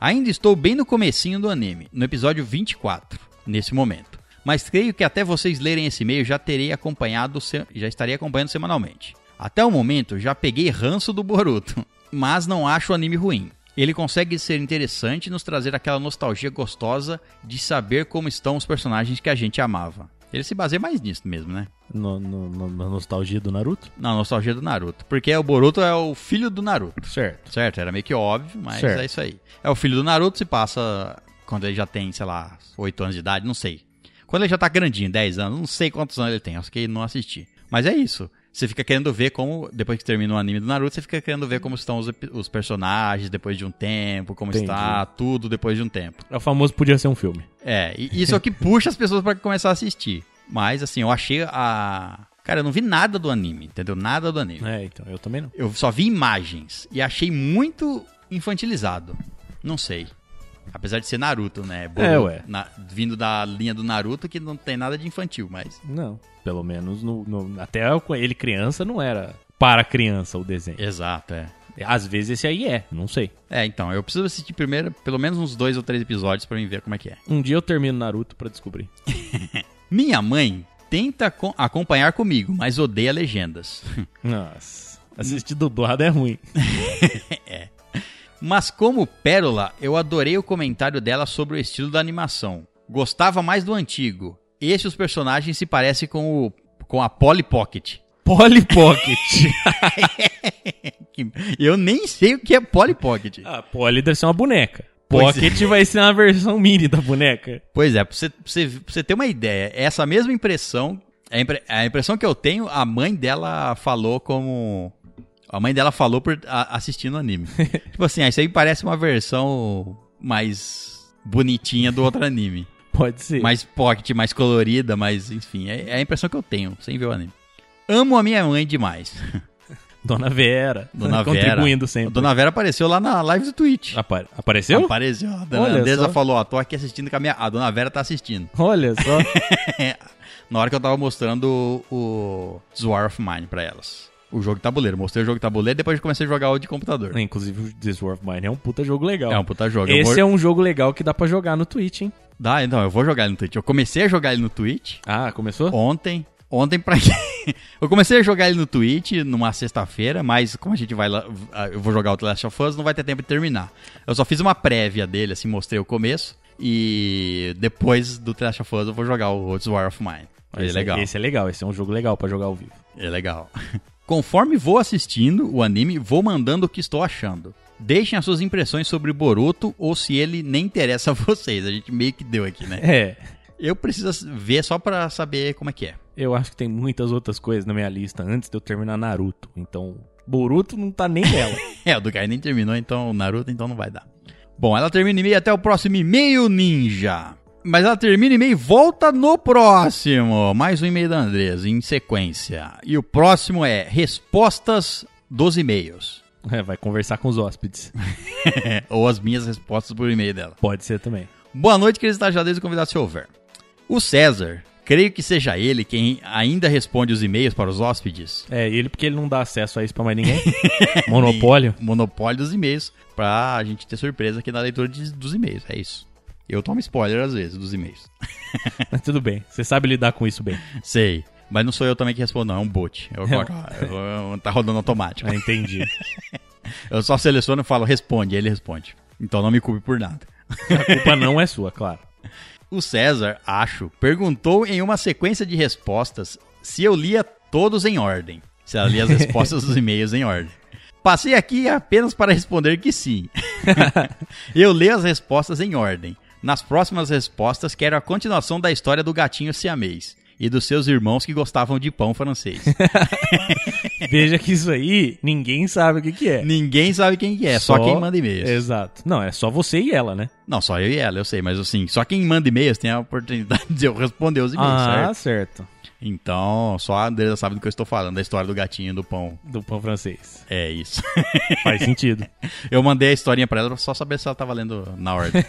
[SPEAKER 1] Ainda estou bem no comecinho do anime, no episódio 24, nesse momento. Mas creio que até vocês lerem esse e-mail já terei acompanhado, se- já estarei acompanhando semanalmente. Até o momento já peguei ranço do Boruto, mas não acho o anime ruim. Ele consegue ser interessante e nos trazer aquela nostalgia gostosa de saber como estão os personagens que a gente amava. Ele se baseia mais nisso mesmo, né?
[SPEAKER 2] No- no- no- na nostalgia do Naruto?
[SPEAKER 1] Na nostalgia do Naruto. Porque o Boruto é o filho do Naruto.
[SPEAKER 2] Certo.
[SPEAKER 1] Certo, era meio que óbvio, mas
[SPEAKER 2] Certo.
[SPEAKER 1] é isso aí. É o filho do Naruto, se passa quando ele já tem, sei lá, 8 anos de idade, não sei. Quando ele já tá grandinho, 10 anos, não sei quantos anos ele tem, acho que não assisti. Mas é isso. Você fica querendo ver como, depois que termina o anime do Naruto, você fica querendo ver como estão os, epi- os personagens depois de um tempo, como
[SPEAKER 2] Entendi.
[SPEAKER 1] está tudo depois de um tempo.
[SPEAKER 2] É o famoso podia ser um filme.
[SPEAKER 1] É, e isso é o que puxa as pessoas pra começar a assistir. Mas, assim, eu achei a. Cara, eu não vi nada do anime, entendeu? Nada do anime.
[SPEAKER 2] É, então, eu também não.
[SPEAKER 1] Eu só vi imagens e achei muito infantilizado. Não sei. Apesar de ser Naruto, né?
[SPEAKER 2] É, ué.
[SPEAKER 1] na- vindo da linha do Naruto, que não tem nada de infantil, mas.
[SPEAKER 2] Não. Pelo menos no, no- até eu- ele criança não era para criança o desenho.
[SPEAKER 1] Exato, é.
[SPEAKER 2] Às vezes esse aí é, não sei.
[SPEAKER 1] É, então, eu preciso assistir primeiro, pelo menos uns dois ou três episódios pra mim ver como é que é.
[SPEAKER 2] Um dia eu termino Naruto pra descobrir.
[SPEAKER 1] Minha mãe tenta co- acompanhar comigo, mas odeia legendas.
[SPEAKER 2] Nossa. Assistir dublado é ruim.
[SPEAKER 1] Mas como Pérola, eu adorei o comentário dela sobre o estilo da animação. Gostava mais do antigo. Esse os personagens se parecem com o com a Polly Pocket.
[SPEAKER 2] Polly Pocket.
[SPEAKER 1] Que- Eu nem sei o que é Polly Pocket.
[SPEAKER 2] ah, Polly deve ser uma boneca.
[SPEAKER 1] Pois é.
[SPEAKER 2] Pocket vai ser uma versão mini da boneca.
[SPEAKER 1] Pois é, pra você, pra você- pra você ter uma ideia, é essa mesma impressão, é a, impre- a impressão que eu tenho, a mãe dela falou como. A mãe dela falou por a- assistindo anime. tipo assim, ah, isso aí parece uma versão mais bonitinha do outro anime.
[SPEAKER 2] Pode ser.
[SPEAKER 1] mais pocket, mais colorida, mais, enfim, é, é a impressão que eu tenho, sem ver o anime. Amo a minha mãe demais.
[SPEAKER 2] Dona Vera.
[SPEAKER 1] Dona Vera.
[SPEAKER 2] Contribuindo sempre.
[SPEAKER 1] Dona Vera apareceu lá na live do Twitch.
[SPEAKER 2] Apa- Apareceu?
[SPEAKER 1] Apareceu. A dona
[SPEAKER 2] Olha
[SPEAKER 1] Andresa
[SPEAKER 2] só.
[SPEAKER 1] falou, ó, tô aqui assistindo com a minha... A dona Vera tá assistindo.
[SPEAKER 2] Olha só.
[SPEAKER 1] É, Na hora que eu tava mostrando o, o War of Mine pra elas. O jogo de tabuleiro. Mostrei o jogo de tabuleiro, depois eu comecei a jogar o de computador.
[SPEAKER 2] Inclusive, o This War of Mine é um puta jogo legal.
[SPEAKER 1] É um puta jogo. eu
[SPEAKER 2] Esse
[SPEAKER 1] vou...
[SPEAKER 2] é um jogo legal que dá pra jogar no Twitch, hein?
[SPEAKER 1] Dá, então, eu vou jogar ele no Twitch. Eu comecei a jogar ele no Twitch
[SPEAKER 2] Ah, começou?
[SPEAKER 1] ontem. Ontem pra quem? Eu comecei a jogar ele no Twitch numa sexta-feira, mas como a gente vai lá, ah, eu vou jogar o The Last of Us, não vai ter tempo de terminar. Eu só fiz uma prévia dele, assim, mostrei o começo. E depois do The Last of Us eu vou jogar o This War of Mine. Ele é
[SPEAKER 2] Esse-
[SPEAKER 1] legal.
[SPEAKER 2] Esse é legal, esse é um jogo legal pra jogar ao vivo.
[SPEAKER 1] É legal. Conforme vou assistindo o anime, vou mandando o que estou achando. Deixem as suas impressões sobre Boruto ou se ele nem interessa a vocês. A gente meio que deu aqui, né?
[SPEAKER 2] É,
[SPEAKER 1] Eu preciso ass- ver só pra saber como é que é.
[SPEAKER 2] eu acho que tem muitas outras coisas na minha lista antes de eu terminar Naruto. Então, Boruto não tá nem nela.
[SPEAKER 1] É, o do Kai nem terminou, então o Naruto então não vai dar. Bom, ela termina e meio até o próximo e-mail ninja. Mas ela termina e-mail e volta no próximo. Mais um e-mail da Andresa em sequência. E o próximo é respostas dos e-mails. É,
[SPEAKER 2] É, vai conversar com os hóspedes.
[SPEAKER 1] Ou as minhas respostas por e-mail dela.
[SPEAKER 2] Pode ser também.
[SPEAKER 1] Boa noite, queridos estagiadeiros e convidados se houver. O César, creio que seja ele quem ainda responde os e-mails para os hóspedes.
[SPEAKER 2] É, ele porque ele não dá acesso a isso pra mais ninguém. Monopólio.
[SPEAKER 1] O monopólio dos e-mails, pra a gente ter surpresa aqui na leitura de- dos e-mails. É isso. Eu tomo spoiler às vezes dos e-mails.
[SPEAKER 2] Mas tudo bem, você sabe lidar com isso bem.
[SPEAKER 1] Sei. Mas não sou eu também que respondo, não. É um bot. Eu coloco, eu- tá rodando automático.
[SPEAKER 2] Ah, entendi.
[SPEAKER 1] Eu só seleciono e falo, responde. Ele responde. Então não me culpe por nada.
[SPEAKER 2] A culpa não é sua, claro.
[SPEAKER 1] O César, acho, perguntou em uma sequência de respostas se eu lia todos em ordem. Se ela lia as respostas dos e-mails em ordem. Passei aqui apenas para responder que sim. eu leio as respostas em ordem. Nas próximas respostas, quero a continuação da história do gatinho siamês e dos seus irmãos que gostavam de pão francês.
[SPEAKER 2] Veja que isso aí, ninguém sabe o que, que é.
[SPEAKER 1] Ninguém sabe quem que é, só, quem manda e-mails.
[SPEAKER 2] Exato. Não, é só você e ela, né?
[SPEAKER 1] Não, só eu e ela, eu sei, mas assim, só quem manda e-mails tem a oportunidade de eu responder os e-mails, certo?
[SPEAKER 2] Ah, certo.
[SPEAKER 1] Então, só a Andresa sabe do que eu estou falando, da história do gatinho e do pão.
[SPEAKER 2] Do pão francês.
[SPEAKER 1] É isso.
[SPEAKER 2] Faz sentido.
[SPEAKER 1] Eu mandei a historinha pra ela pra só saber se ela tava lendo na ordem.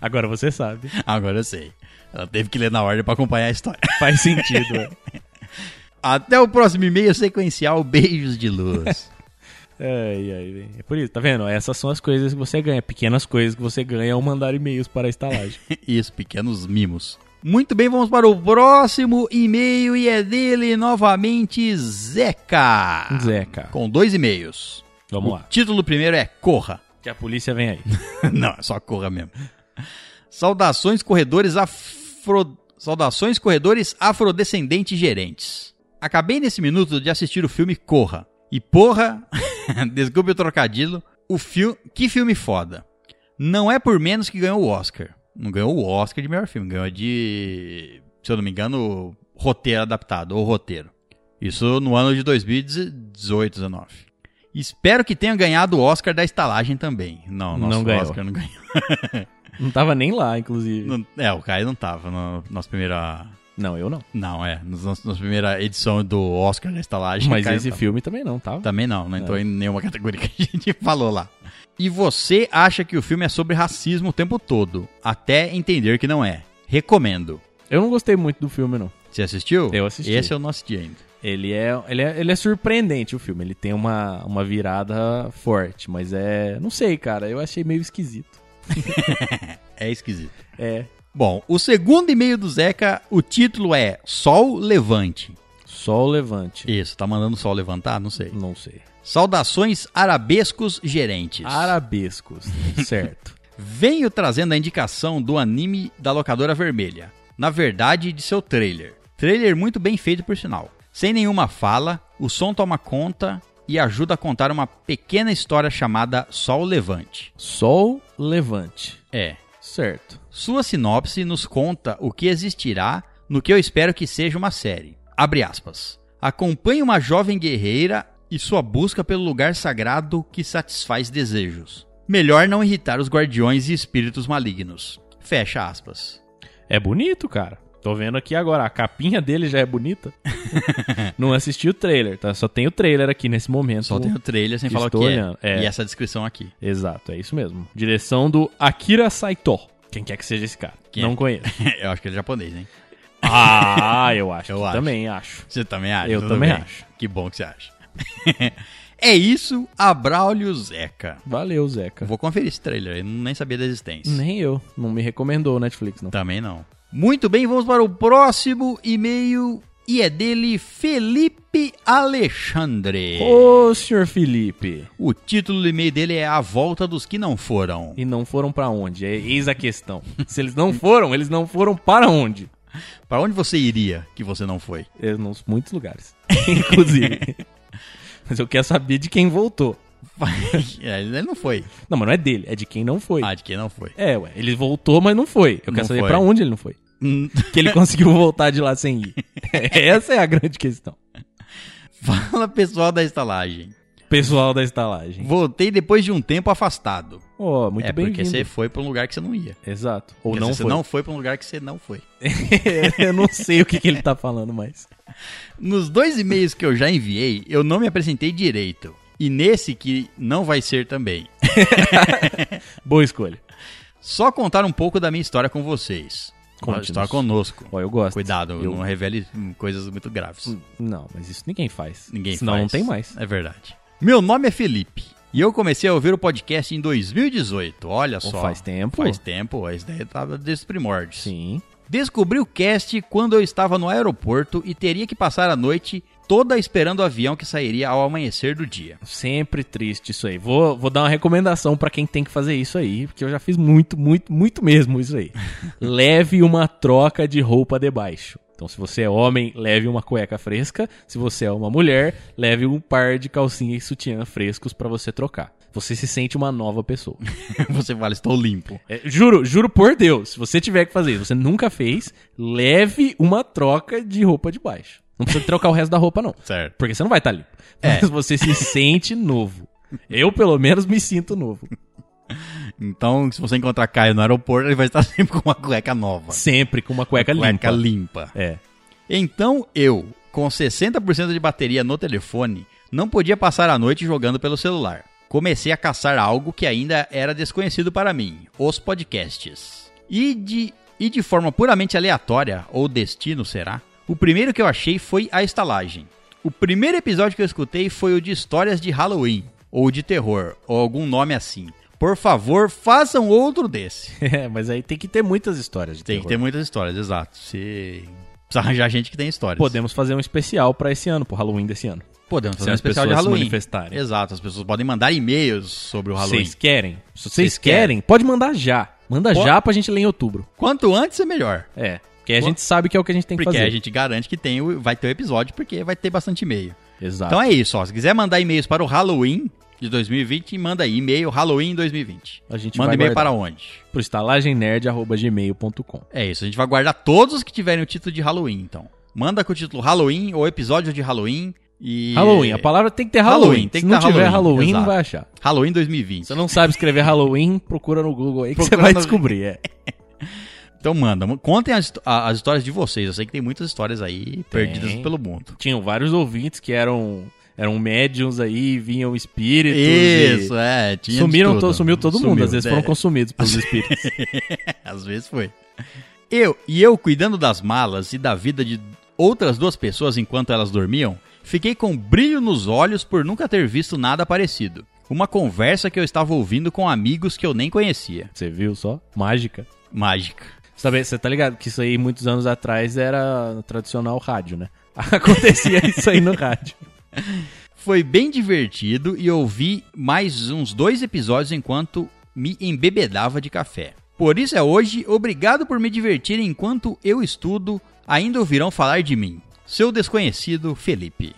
[SPEAKER 2] Agora você sabe.
[SPEAKER 1] Agora eu sei. Ela teve que ler na ordem pra acompanhar a história.
[SPEAKER 2] Faz sentido. é.
[SPEAKER 1] Até o próximo e-mail sequencial. Beijos de luz.
[SPEAKER 2] Ai, ai, velho. é por isso, tá vendo? Essas são as coisas que você ganha, pequenas coisas que você ganha ao mandar e-mails para a estalagem.
[SPEAKER 1] isso, pequenos mimos. Muito bem, vamos para o próximo e-mail e é dele novamente, Zeca.
[SPEAKER 2] Ah. Zeca,
[SPEAKER 1] Com dois e-mails.
[SPEAKER 2] vamos
[SPEAKER 1] O
[SPEAKER 2] lá.
[SPEAKER 1] título primeiro é Corra.
[SPEAKER 2] Que a polícia vem aí.
[SPEAKER 1] Não, é só corra mesmo. Saudações, corredores afro... Saudações, corredores afrodescendentes gerentes. Acabei nesse minuto de assistir o filme Corra. E porra, desculpe o trocadilho, o filme... Que filme foda. Não é por menos que ganhou o Oscar. Não ganhou o Oscar de melhor filme, ganhou de... Se eu não me engano, roteiro adaptado, ou roteiro. Isso no ano de 2018, 19. Espero que tenha ganhado o Oscar da estalagem também. Não,
[SPEAKER 2] Não
[SPEAKER 1] nosso
[SPEAKER 2] ganhou.
[SPEAKER 1] Oscar não ganhou.
[SPEAKER 2] Não tava nem lá, inclusive. Não,
[SPEAKER 1] Não- é, o Caio não tava na nossa primeira.
[SPEAKER 2] eu não.
[SPEAKER 1] Não, é. nos- nos- Nossa primeira edição do Oscar da estalagem. o
[SPEAKER 2] Mas
[SPEAKER 1] Caio
[SPEAKER 2] esse
[SPEAKER 1] não tava.
[SPEAKER 2] filme também não, tá?
[SPEAKER 1] Também não, não entrou em nenhuma categoria que a gente falou lá. E você acha que o filme é sobre racismo o tempo todo, até entender que não é. Recomendo.
[SPEAKER 2] Eu não gostei muito do filme, não.
[SPEAKER 1] Você assistiu?
[SPEAKER 2] Eu assisti.
[SPEAKER 1] Esse eu não assisti ainda.
[SPEAKER 2] Ele é, ele é, ele é surpreendente, o filme. Ele tem uma, uma virada forte, mas é... Não sei, cara. Eu achei meio esquisito.
[SPEAKER 1] É esquisito.
[SPEAKER 2] É.
[SPEAKER 1] Bom, o segundo e-mail do Zeca, o título é Sol Levante.
[SPEAKER 2] Sol Levante.
[SPEAKER 1] Isso, tá mandando o sol levantar? Não sei.
[SPEAKER 2] Não sei.
[SPEAKER 1] Saudações arabescos gerentes.
[SPEAKER 2] Arabescos. certo.
[SPEAKER 1] Venho trazendo a indicação do anime da locadora vermelha. Na verdade, de seu trailer. Trailer muito bem feito, por sinal. Sem nenhuma fala, o som toma conta e ajuda a contar uma pequena história chamada Sol Levante.
[SPEAKER 2] Sol Levante.
[SPEAKER 1] É.
[SPEAKER 2] Certo.
[SPEAKER 1] Sua sinopse nos conta o que existirá no que eu espero que seja uma série. Abre aspas. Acompanhe uma jovem guerreira e sua busca pelo lugar sagrado que satisfaz desejos. Melhor não irritar os guardiões e espíritos malignos. Fecha aspas.
[SPEAKER 2] É bonito, cara. Tô vendo aqui agora. A capinha dele já é bonita. não assisti o trailer, tá? Só tem o trailer aqui nesse momento.
[SPEAKER 1] Só tem o trailer sem falar o
[SPEAKER 2] Estou
[SPEAKER 1] que é.
[SPEAKER 2] olhando, é.
[SPEAKER 1] E essa descrição aqui.
[SPEAKER 2] Exato, é isso mesmo. Direção do Akira Saito. Quem quer que seja esse cara?
[SPEAKER 1] Quem é?
[SPEAKER 2] Não conheço.
[SPEAKER 1] eu acho que ele é japonês, hein?
[SPEAKER 2] Ah, eu acho.
[SPEAKER 1] Eu
[SPEAKER 2] que
[SPEAKER 1] acho.
[SPEAKER 2] Também acho.
[SPEAKER 1] Você também acha?
[SPEAKER 2] Eu
[SPEAKER 1] Tudo
[SPEAKER 2] também
[SPEAKER 1] bem.
[SPEAKER 2] acho.
[SPEAKER 1] Que bom que você acha. é isso, Abraulio Zeca.
[SPEAKER 2] Valeu, Zeca.
[SPEAKER 1] Vou conferir esse trailer, eu nem sabia da existência.
[SPEAKER 2] Nem eu. Não me recomendou o Netflix, não.
[SPEAKER 1] Também não. Muito bem, vamos para o próximo e-mail e é dele Felipe Alexandre.
[SPEAKER 2] Ô, senhor Felipe.
[SPEAKER 1] O título do e-mail dele é A Volta dos Que Não Foram.
[SPEAKER 2] E não foram pra onde? É eis a questão. Se eles não foram, eles não foram para onde?
[SPEAKER 1] Para onde você iria que você não foi?
[SPEAKER 2] É, nos muitos lugares. Inclusive. mas eu quero saber de quem voltou.
[SPEAKER 1] É, Ele não foi.
[SPEAKER 2] Não, mas não é dele, é de quem não foi.
[SPEAKER 1] Ah, de quem não foi.
[SPEAKER 2] É, ué. Ele voltou, mas não foi. Eu
[SPEAKER 1] Não
[SPEAKER 2] quero saber
[SPEAKER 1] foi.
[SPEAKER 2] pra onde ele não foi.
[SPEAKER 1] Hum,
[SPEAKER 2] Que ele conseguiu voltar de lá sem ir. Essa é a grande questão.
[SPEAKER 1] Fala pessoal da estalagem.
[SPEAKER 2] Pessoal da estalagem.
[SPEAKER 1] Voltei depois de um tempo afastado.
[SPEAKER 2] Ó, muito
[SPEAKER 1] é
[SPEAKER 2] bem
[SPEAKER 1] porque você foi para um lugar que você não ia.
[SPEAKER 2] Exato. Ou
[SPEAKER 1] Quer
[SPEAKER 2] não
[SPEAKER 1] dizer, você
[SPEAKER 2] foi.
[SPEAKER 1] não foi para um lugar que você não foi.
[SPEAKER 2] eu não sei o que, que ele tá falando mais.
[SPEAKER 1] Nos dois e-mails que eu já enviei, eu não me apresentei direito. E nesse que não vai ser também.
[SPEAKER 2] Boa escolha.
[SPEAKER 1] Só contar um pouco da minha história com vocês.
[SPEAKER 2] Conte-nos.
[SPEAKER 1] História conosco.
[SPEAKER 2] Ó, eu gosto.
[SPEAKER 1] Cuidado,
[SPEAKER 2] Eu-
[SPEAKER 1] não revele hum, coisas muito graves.
[SPEAKER 2] Não, mas isso ninguém faz.
[SPEAKER 1] Ninguém
[SPEAKER 2] Senão
[SPEAKER 1] faz.
[SPEAKER 2] não tem mais.
[SPEAKER 1] É verdade. Meu nome é Felipe. E eu comecei a ouvir o podcast em 2018. Olha só.
[SPEAKER 2] faz tempo?
[SPEAKER 1] Faz tempo. Esse daí tava desses primórdios.
[SPEAKER 2] Sim.
[SPEAKER 1] Descobri o cast quando eu estava no aeroporto e teria que passar a noite toda esperando o avião que sairia ao amanhecer do dia.
[SPEAKER 2] Sempre triste isso aí. Vou, vou dar uma recomendação pra quem tem que fazer isso aí, porque eu já fiz muito, muito, muito mesmo isso aí. leve uma troca de roupa debaixo. Então, se você é homem, leve uma cueca fresca. Se você é uma mulher, leve um par de calcinha e sutiã frescos pra você trocar. Você se sente uma nova pessoa.
[SPEAKER 1] Você fala, estou limpo.
[SPEAKER 2] É, juro, juro por Deus. Se você tiver que fazer isso, você nunca fez, leve uma troca de roupa debaixo. Não precisa trocar o resto da roupa, não.
[SPEAKER 1] Certo.
[SPEAKER 2] Porque você não vai estar limpo.
[SPEAKER 1] É.
[SPEAKER 2] Mas você se sente novo. Eu, pelo menos, me sinto novo.
[SPEAKER 1] Então, se você encontrar Caio no aeroporto, ele vai estar sempre com uma cueca nova.
[SPEAKER 2] Sempre com uma cueca limpa.
[SPEAKER 1] Cueca limpa.
[SPEAKER 2] É.
[SPEAKER 1] Então eu, com 60% de bateria no telefone, não podia passar a noite jogando pelo celular. Comecei a caçar algo que ainda era desconhecido para mim: os podcasts. E de, e de forma puramente aleatória, ou destino será, o primeiro que eu achei foi a estalagem. O primeiro episódio que eu escutei foi o de histórias de Halloween, ou de terror, ou algum nome assim. Por favor, façam outro desse.
[SPEAKER 2] É, mas aí tem que ter muitas histórias de
[SPEAKER 1] Tem que ter muitas histórias, exato. Se precisa arranjar gente que tem histórias.
[SPEAKER 2] Podemos fazer um especial pra esse ano, pro Halloween desse ano.
[SPEAKER 1] Podemos
[SPEAKER 2] Se
[SPEAKER 1] fazer um
[SPEAKER 2] as
[SPEAKER 1] especial de
[SPEAKER 2] pessoas se
[SPEAKER 1] Halloween.
[SPEAKER 2] manifestarem.
[SPEAKER 1] Exato, as pessoas podem mandar e-mails sobre o Halloween.
[SPEAKER 2] Vocês querem? Se vocês
[SPEAKER 1] Vocês
[SPEAKER 2] querem, pode mandar já. Manda
[SPEAKER 1] Po-
[SPEAKER 2] já pra gente ler em outubro.
[SPEAKER 1] Quanto antes é melhor.
[SPEAKER 2] É. Porque a gente sabe que é o que a gente tem que
[SPEAKER 1] Porque
[SPEAKER 2] fazer.
[SPEAKER 1] a gente garante que tem, o- vai ter o episódio, porque vai ter bastante e-mail.
[SPEAKER 2] Exato.
[SPEAKER 1] Então é isso, ó. Se quiser mandar e-mails para o Halloween de 2020, manda aí e-mail Halloween 2020.
[SPEAKER 2] A gente
[SPEAKER 1] manda
[SPEAKER 2] vai
[SPEAKER 1] e-mail para
[SPEAKER 2] guardar.
[SPEAKER 1] onde?
[SPEAKER 2] pro estalagemnerd.gmail.com.
[SPEAKER 1] É isso, a gente vai guardar todos os que tiverem o título de Halloween, então. Manda com o título Halloween ou episódio de Halloween E...
[SPEAKER 2] Halloween, a palavra tem que ter Halloween.
[SPEAKER 1] Halloween, tem
[SPEAKER 2] Se
[SPEAKER 1] que
[SPEAKER 2] não
[SPEAKER 1] ter
[SPEAKER 2] tiver
[SPEAKER 1] Halloween,
[SPEAKER 2] Halloween, não
[SPEAKER 1] exato.
[SPEAKER 2] vai achar.
[SPEAKER 1] Halloween 2020.
[SPEAKER 2] Se você não sabe escrever Halloween, procura no Google aí que
[SPEAKER 1] Procura
[SPEAKER 2] você vai
[SPEAKER 1] no-
[SPEAKER 2] descobrir. É.
[SPEAKER 1] Então manda, contem as, a- as histórias de vocês. Eu sei que tem muitas histórias aí perdidas pelo mundo.
[SPEAKER 2] Tinham vários ouvintes que eram eram médiums aí, vinham espíritos.
[SPEAKER 1] Isso,
[SPEAKER 2] e
[SPEAKER 1] é. Tinha de
[SPEAKER 2] Sumiram,
[SPEAKER 1] tudo.
[SPEAKER 2] to- sumiu todo mundo,
[SPEAKER 1] Sumiu,
[SPEAKER 2] às vezes
[SPEAKER 1] é.
[SPEAKER 2] foram consumidos pelos espíritos.
[SPEAKER 1] Às vezes foi. Eu e eu cuidando das malas e da vida de outras duas pessoas enquanto elas dormiam, fiquei com brilho nos olhos por nunca ter visto nada parecido. Uma conversa que eu estava ouvindo com amigos que eu nem conhecia.
[SPEAKER 2] Você viu só? Mágica.
[SPEAKER 1] Mágica.
[SPEAKER 2] Sabe, você tá ligado que isso aí muitos anos atrás era tradicional rádio, né? Acontecia isso aí no rádio.
[SPEAKER 1] Foi bem divertido e ouvi mais uns dois episódios enquanto me embebedava de café. Por isso é hoje, obrigado por me divertir enquanto eu estudo, ainda ouvirão falar de mim. Seu desconhecido Felipe.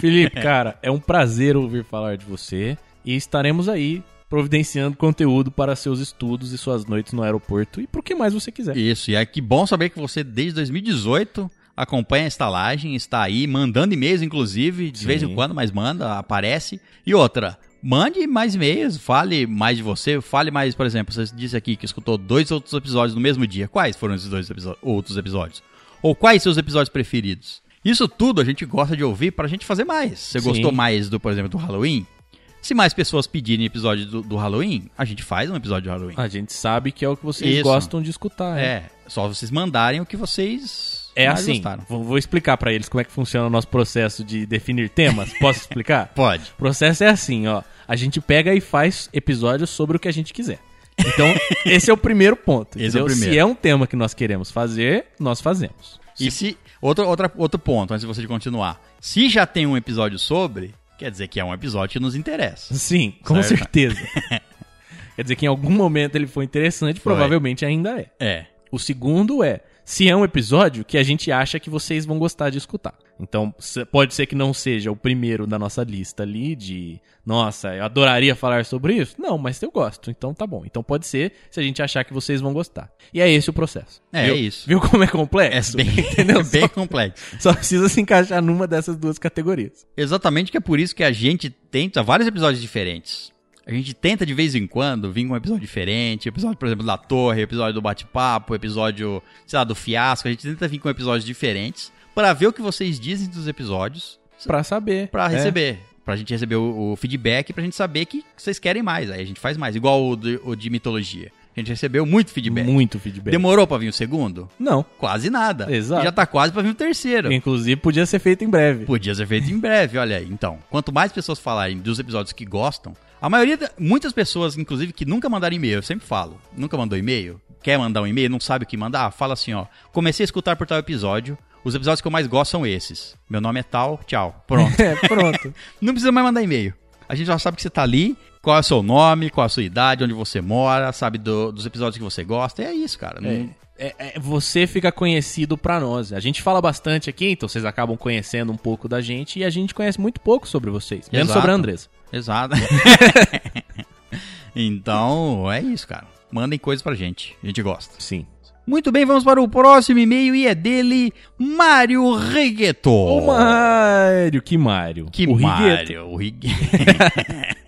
[SPEAKER 2] Felipe, cara, é um prazer ouvir falar de você e estaremos aí providenciando conteúdo para seus estudos e suas noites no aeroporto e pro que mais você quiser.
[SPEAKER 1] Isso, e é que bom saber que você desde 2018 acompanha a estalagem, está aí mandando e-mails inclusive, de vez em
[SPEAKER 2] Sim.
[SPEAKER 1] quando, mas manda, aparece. E outra, mande mais e-mails, fale mais de você, fale mais, por exemplo, você disse aqui que escutou dois outros episódios no mesmo dia. Quais foram esses dois episo- outros episódios? Ou quais seus episódios preferidos? Isso tudo a gente gosta de ouvir para a gente fazer mais. Você
[SPEAKER 2] Sim.
[SPEAKER 1] gostou mais do, por exemplo, do Halloween? Se mais pessoas pedirem episódio do, do Halloween, a gente faz um episódio de Halloween.
[SPEAKER 2] A gente sabe que é o que vocês
[SPEAKER 1] Isso.
[SPEAKER 2] gostam de escutar. né?
[SPEAKER 1] É, só vocês mandarem o que vocês
[SPEAKER 2] É
[SPEAKER 1] mais
[SPEAKER 2] assim,
[SPEAKER 1] gostaram.
[SPEAKER 2] vou, vou explicar pra eles como é que funciona o nosso processo de definir temas. Posso explicar?
[SPEAKER 1] Pode.
[SPEAKER 2] O processo é assim, ó. A gente pega e faz episódios sobre o que a gente quiser. Então, esse é o primeiro ponto.
[SPEAKER 1] Esse é o
[SPEAKER 2] entendeu?
[SPEAKER 1] primeiro.
[SPEAKER 2] Se é um tema que nós queremos fazer, nós fazemos.
[SPEAKER 1] E se outro, outra, outro ponto, antes de você de continuar. Se já tem um episódio sobre, quer dizer que é um episódio que nos interessa.
[SPEAKER 2] Sim, com
[SPEAKER 1] Certo.
[SPEAKER 2] certeza. Quer dizer que em algum momento ele foi interessante,
[SPEAKER 1] Foi.
[SPEAKER 2] provavelmente ainda é.
[SPEAKER 1] É.
[SPEAKER 2] O segundo é se é um episódio que a gente acha que vocês vão gostar de escutar. Então, se- pode ser que não seja o primeiro da nossa lista ali de, nossa, eu adoraria falar sobre isso. Não, mas eu gosto, então tá bom. Então pode ser se a gente achar que vocês vão gostar. E é esse o processo.
[SPEAKER 1] É,
[SPEAKER 2] Viu?
[SPEAKER 1] é isso.
[SPEAKER 2] Viu como é
[SPEAKER 1] É
[SPEAKER 2] complexo?
[SPEAKER 1] bem,
[SPEAKER 2] Entendeu?
[SPEAKER 1] bem
[SPEAKER 2] Só-
[SPEAKER 1] complexo.
[SPEAKER 2] Só precisa se encaixar numa dessas duas categorias.
[SPEAKER 1] Exatamente que é por isso que a gente tenta vários episódios diferentes. A gente tenta de vez em quando vir com um episódio diferente, episódio, por exemplo, da torre, episódio do bate-papo, episódio, sei lá, do fiasco. A gente tenta vir com episódios diferentes pra ver o que vocês dizem dos episódios.
[SPEAKER 2] Pra saber.
[SPEAKER 1] Pra
[SPEAKER 2] É.
[SPEAKER 1] receber. Pra gente receber o, o feedback, pra gente saber que vocês querem mais. Aí a gente faz mais. Igual o de, o de mitologia. A gente recebeu muito feedback.
[SPEAKER 2] Muito feedback.
[SPEAKER 1] Demorou pra vir o segundo?
[SPEAKER 2] Não.
[SPEAKER 1] Quase nada.
[SPEAKER 2] Exato.
[SPEAKER 1] E já tá quase pra vir o terceiro.
[SPEAKER 2] Inclusive, podia ser feito em breve.
[SPEAKER 1] Podia ser feito em breve, olha aí. Então, quanto mais pessoas falarem dos episódios que gostam, a maioria, da- muitas pessoas, inclusive, que nunca mandaram e-mail, eu sempre falo, nunca mandou e-mail, quer mandar um e-mail, não sabe o que mandar, fala assim, ó, comecei a escutar por tal episódio, os episódios que eu mais gosto são esses. Meu nome é tal, tchau. Pronto.
[SPEAKER 2] É, pronto.
[SPEAKER 1] Não precisa mais mandar e-mail. A gente já sabe que você tá ali, qual é o seu nome, qual é a sua idade, onde você mora, sabe do- dos episódios que você gosta. É isso, cara. Não-
[SPEAKER 2] É, é, você fica conhecido pra nós. A gente fala bastante aqui, então vocês acabam conhecendo um pouco da gente e a gente conhece muito pouco sobre vocês, menos
[SPEAKER 1] Exato.
[SPEAKER 2] sobre a Andressa.
[SPEAKER 1] Exato. então, é isso, cara. Mandem coisas pra gente. A gente gosta.
[SPEAKER 2] Sim.
[SPEAKER 1] Muito bem, vamos para o próximo e-mail e é dele, Mário Regueto.
[SPEAKER 2] O Mário, que Mário.
[SPEAKER 1] Que
[SPEAKER 2] o Rigueto.
[SPEAKER 1] Mário, o Rigueto.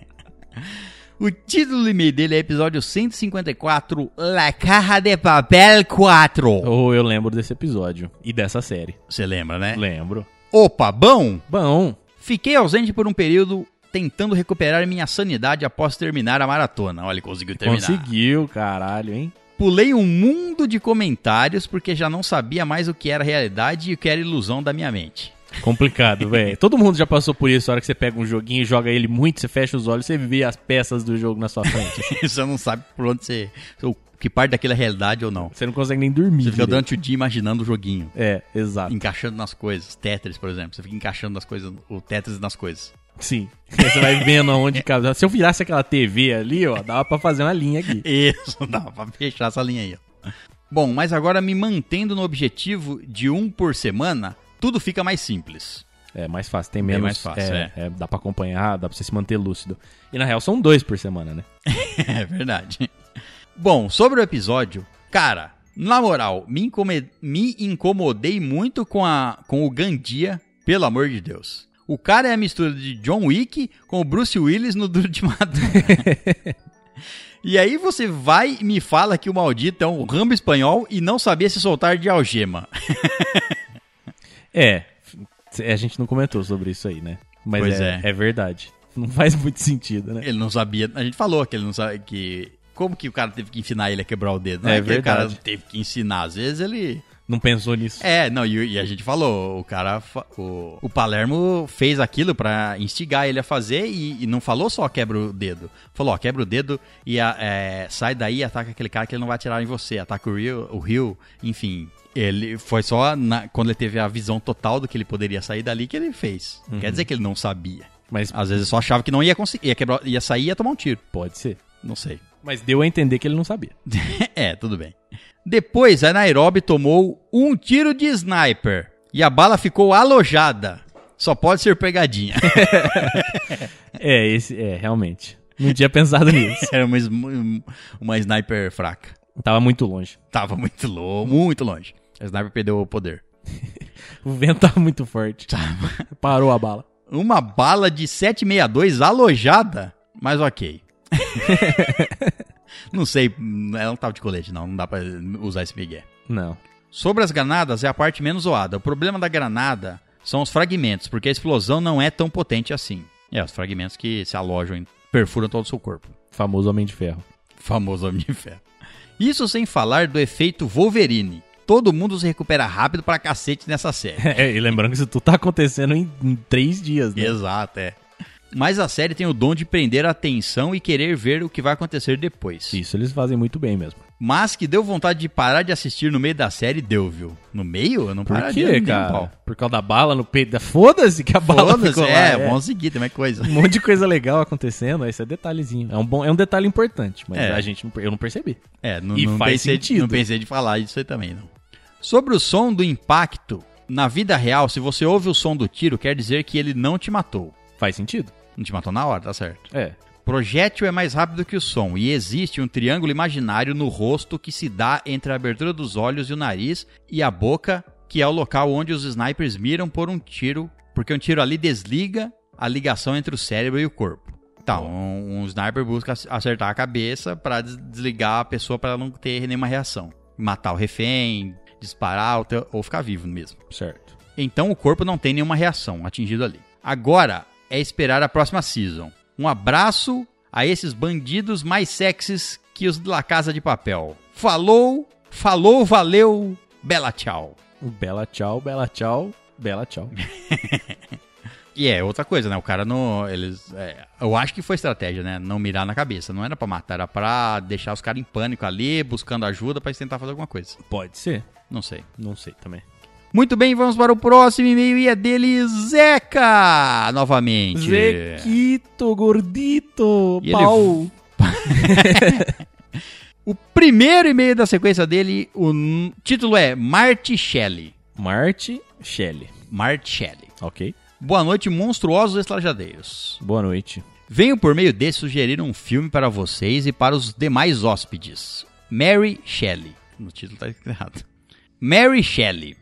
[SPEAKER 1] o título do e-mail dele é episódio 154, La Carra de Papel 4.
[SPEAKER 2] Oh, eu lembro desse episódio e dessa série.
[SPEAKER 1] Você lembra, né?
[SPEAKER 2] Lembro.
[SPEAKER 1] Opa, bom!
[SPEAKER 2] Bom,
[SPEAKER 1] Fiquei ausente por um período tentando recuperar minha sanidade após terminar a maratona. Olha, conseguiu terminar.
[SPEAKER 2] conseguiu, caralho, hein?
[SPEAKER 1] Pulei um mundo de comentários porque já não sabia mais o que era realidade e o que era ilusão da minha mente.
[SPEAKER 2] Complicado, velho. Todo mundo já passou por isso. A hora que você pega um joguinho e joga ele muito, você fecha os olhos, você vê as peças do jogo na sua frente. assim.
[SPEAKER 1] você não sabe por onde você. o- que parte daquilo é realidade ou não.
[SPEAKER 2] você não consegue nem dormir.
[SPEAKER 1] Você fica
[SPEAKER 2] direito.
[SPEAKER 1] durante o dia imaginando o joguinho,
[SPEAKER 2] É, exato.
[SPEAKER 1] encaixando nas coisas. Tetris, por exemplo. Você fica encaixando as coisas, o Tetris nas coisas.
[SPEAKER 2] Sim. Aí Você vai vendo aonde cabe. Se eu virasse aquela TV ali, ó, dava pra fazer uma linha aqui.
[SPEAKER 1] Isso, dá pra fechar essa linha aí. ó. Bom, mas agora me mantendo no objetivo de um por semana, tudo fica mais simples.
[SPEAKER 2] É mais fácil, tem
[SPEAKER 1] Bem
[SPEAKER 2] menos.
[SPEAKER 1] mais fácil,
[SPEAKER 2] é, é, Dá pra acompanhar, dá pra você se manter lúcido. E na real são dois por semana, né?
[SPEAKER 1] É verdade. Bom, sobre o episódio, cara, na moral, me, income- me incomodei muito com, a, com o Gandia, pelo amor de Deus. O cara é a mistura de John Wick com o Bruce Willis no Duro de Matar. e aí você vai e me fala que o maldito é um rambo espanhol e não sabia se soltar de algema.
[SPEAKER 2] é, a gente não comentou sobre isso aí, né? Mas
[SPEAKER 1] Pois
[SPEAKER 2] é,
[SPEAKER 1] é.
[SPEAKER 2] é verdade. Não faz muito sentido, né?
[SPEAKER 1] Ele não sabia. A gente falou que ele não sabe que. Como que o cara teve que ensinar ele a quebrar o dedo? Não
[SPEAKER 2] É
[SPEAKER 1] que o cara
[SPEAKER 2] verdade.
[SPEAKER 1] teve que ensinar. Às vezes ele.
[SPEAKER 2] Não pensou nisso.
[SPEAKER 1] É, não, e, e a gente falou, o cara. fa- O, o Palermo fez aquilo pra instigar ele a fazer e, e não falou só quebra o dedo. Falou, ó, quebra o dedo e a- é, sai daí, ataca aquele cara que ele não vai atirar em você, ataca o Rio, o Rio enfim. Ele foi só na- quando ele teve a visão total do que ele poderia sair dali que ele fez. Não
[SPEAKER 2] Uhum.
[SPEAKER 1] Quer dizer que ele não sabia.
[SPEAKER 2] Mas
[SPEAKER 1] Às vezes só achava que não ia conseguir, ia, quebrar, ia sair e ia tomar um tiro.
[SPEAKER 2] pode ser.
[SPEAKER 1] Não sei.
[SPEAKER 2] Mas deu a entender que ele não sabia.
[SPEAKER 1] é, tudo bem. Depois, a Nairobi tomou um tiro de sniper e a bala ficou alojada. Só pode ser pegadinha.
[SPEAKER 2] É, esse, é, realmente. Não tinha pensado nisso.
[SPEAKER 1] Era uma, sm- uma sniper fraca.
[SPEAKER 2] Tava muito longe.
[SPEAKER 1] Tava muito longe, muito longe. A sniper perdeu o poder.
[SPEAKER 2] O vento tava muito forte. Parou a bala.
[SPEAKER 1] Uma bala de 762 alojada, mas ok. não sei, ela não tava de colete, não. Não dá pra usar esse migué.
[SPEAKER 2] Não.
[SPEAKER 1] Sobre as granadas é a parte menos zoada. O problema da granada são os fragmentos, porque a explosão não é tão potente assim. É, os fragmentos que se alojam e perfuram todo o seu corpo.
[SPEAKER 2] Famoso Homem de Ferro.
[SPEAKER 1] Famoso Homem de Ferro. Isso sem falar do efeito Wolverine. Todo mundo se recupera rápido pra cacete nessa série.
[SPEAKER 2] É, e lembrando que isso tudo tá acontecendo em, em três dias, né?
[SPEAKER 1] Exato, é. Mas a série tem o dom de prender a atenção e querer ver o que vai acontecer depois.
[SPEAKER 2] Isso eles fazem muito bem mesmo.
[SPEAKER 1] Mas que deu vontade de parar de assistir no meio da série, deu, viu? No meio? Eu não
[SPEAKER 2] Por
[SPEAKER 1] pararia nem
[SPEAKER 2] quê,
[SPEAKER 1] um
[SPEAKER 2] cara?
[SPEAKER 1] pau.
[SPEAKER 2] Por causa da bala no peito. da- Foda-se que a bala
[SPEAKER 1] Foda-se,
[SPEAKER 2] ficou lá,
[SPEAKER 1] é,
[SPEAKER 2] é.
[SPEAKER 1] vamos seguir, tem mais coisa.
[SPEAKER 2] Um monte de coisa legal acontecendo. Esse é detalhezinho. É um, bom, é um detalhe importante, mas
[SPEAKER 1] É.
[SPEAKER 2] a gente não, eu não percebi.
[SPEAKER 1] É, não,
[SPEAKER 2] E
[SPEAKER 1] não
[SPEAKER 2] faz
[SPEAKER 1] pensei,
[SPEAKER 2] sentido.
[SPEAKER 1] não pensei de falar disso aí também, não. Sobre o som do impacto, na vida real, se você ouve o som do tiro, quer dizer que ele não te matou.
[SPEAKER 2] Faz sentido.
[SPEAKER 1] Não te matou na hora, tá certo.
[SPEAKER 2] É.
[SPEAKER 1] Projétil é mais rápido que o som, e existe um triângulo imaginário no rosto que se dá entre a abertura dos olhos e o nariz e a boca, que é o local onde os snipers miram por um tiro, porque um tiro ali desliga a ligação entre o cérebro e o corpo. Então, um, um sniper busca ac- acertar a cabeça para desligar a pessoa para não ter nenhuma reação. Matar o refém, disparar ou ter- ou ficar vivo mesmo.
[SPEAKER 2] Certo.
[SPEAKER 1] Então o corpo não tem nenhuma reação atingido ali. Agora é esperar a próxima season. Um abraço a esses bandidos mais sexys que os da Casa de Papel. Falou, falou, valeu, bela tchau.
[SPEAKER 2] Bela tchau, bela tchau, bela tchau.
[SPEAKER 1] E é outra coisa, né? O cara não. Eles, é, eu acho que foi estratégia, né? Não mirar na cabeça. Não era pra matar, era pra deixar os caras em pânico ali, buscando ajuda pra eles tentar fazer alguma coisa.
[SPEAKER 2] Pode ser.
[SPEAKER 1] Não sei.
[SPEAKER 2] Não sei também.
[SPEAKER 1] Muito bem, vamos para o próximo e-mail e é dele, Zeca! Novamente.
[SPEAKER 2] Zequito, gordito,
[SPEAKER 1] E ele-
[SPEAKER 2] pau.
[SPEAKER 1] O primeiro e-mail da sequência dele, o n- título é Marte Shelley.
[SPEAKER 2] Marte Shelley.
[SPEAKER 1] Marte Shelley.
[SPEAKER 2] Ok.
[SPEAKER 1] Boa noite, monstruosos estalajadeiros.
[SPEAKER 2] Boa noite.
[SPEAKER 1] Venho por meio desse sugerir um filme para vocês e para os demais hóspedes. Mary Shelley. No título tá escrito errado. Mary Shelley.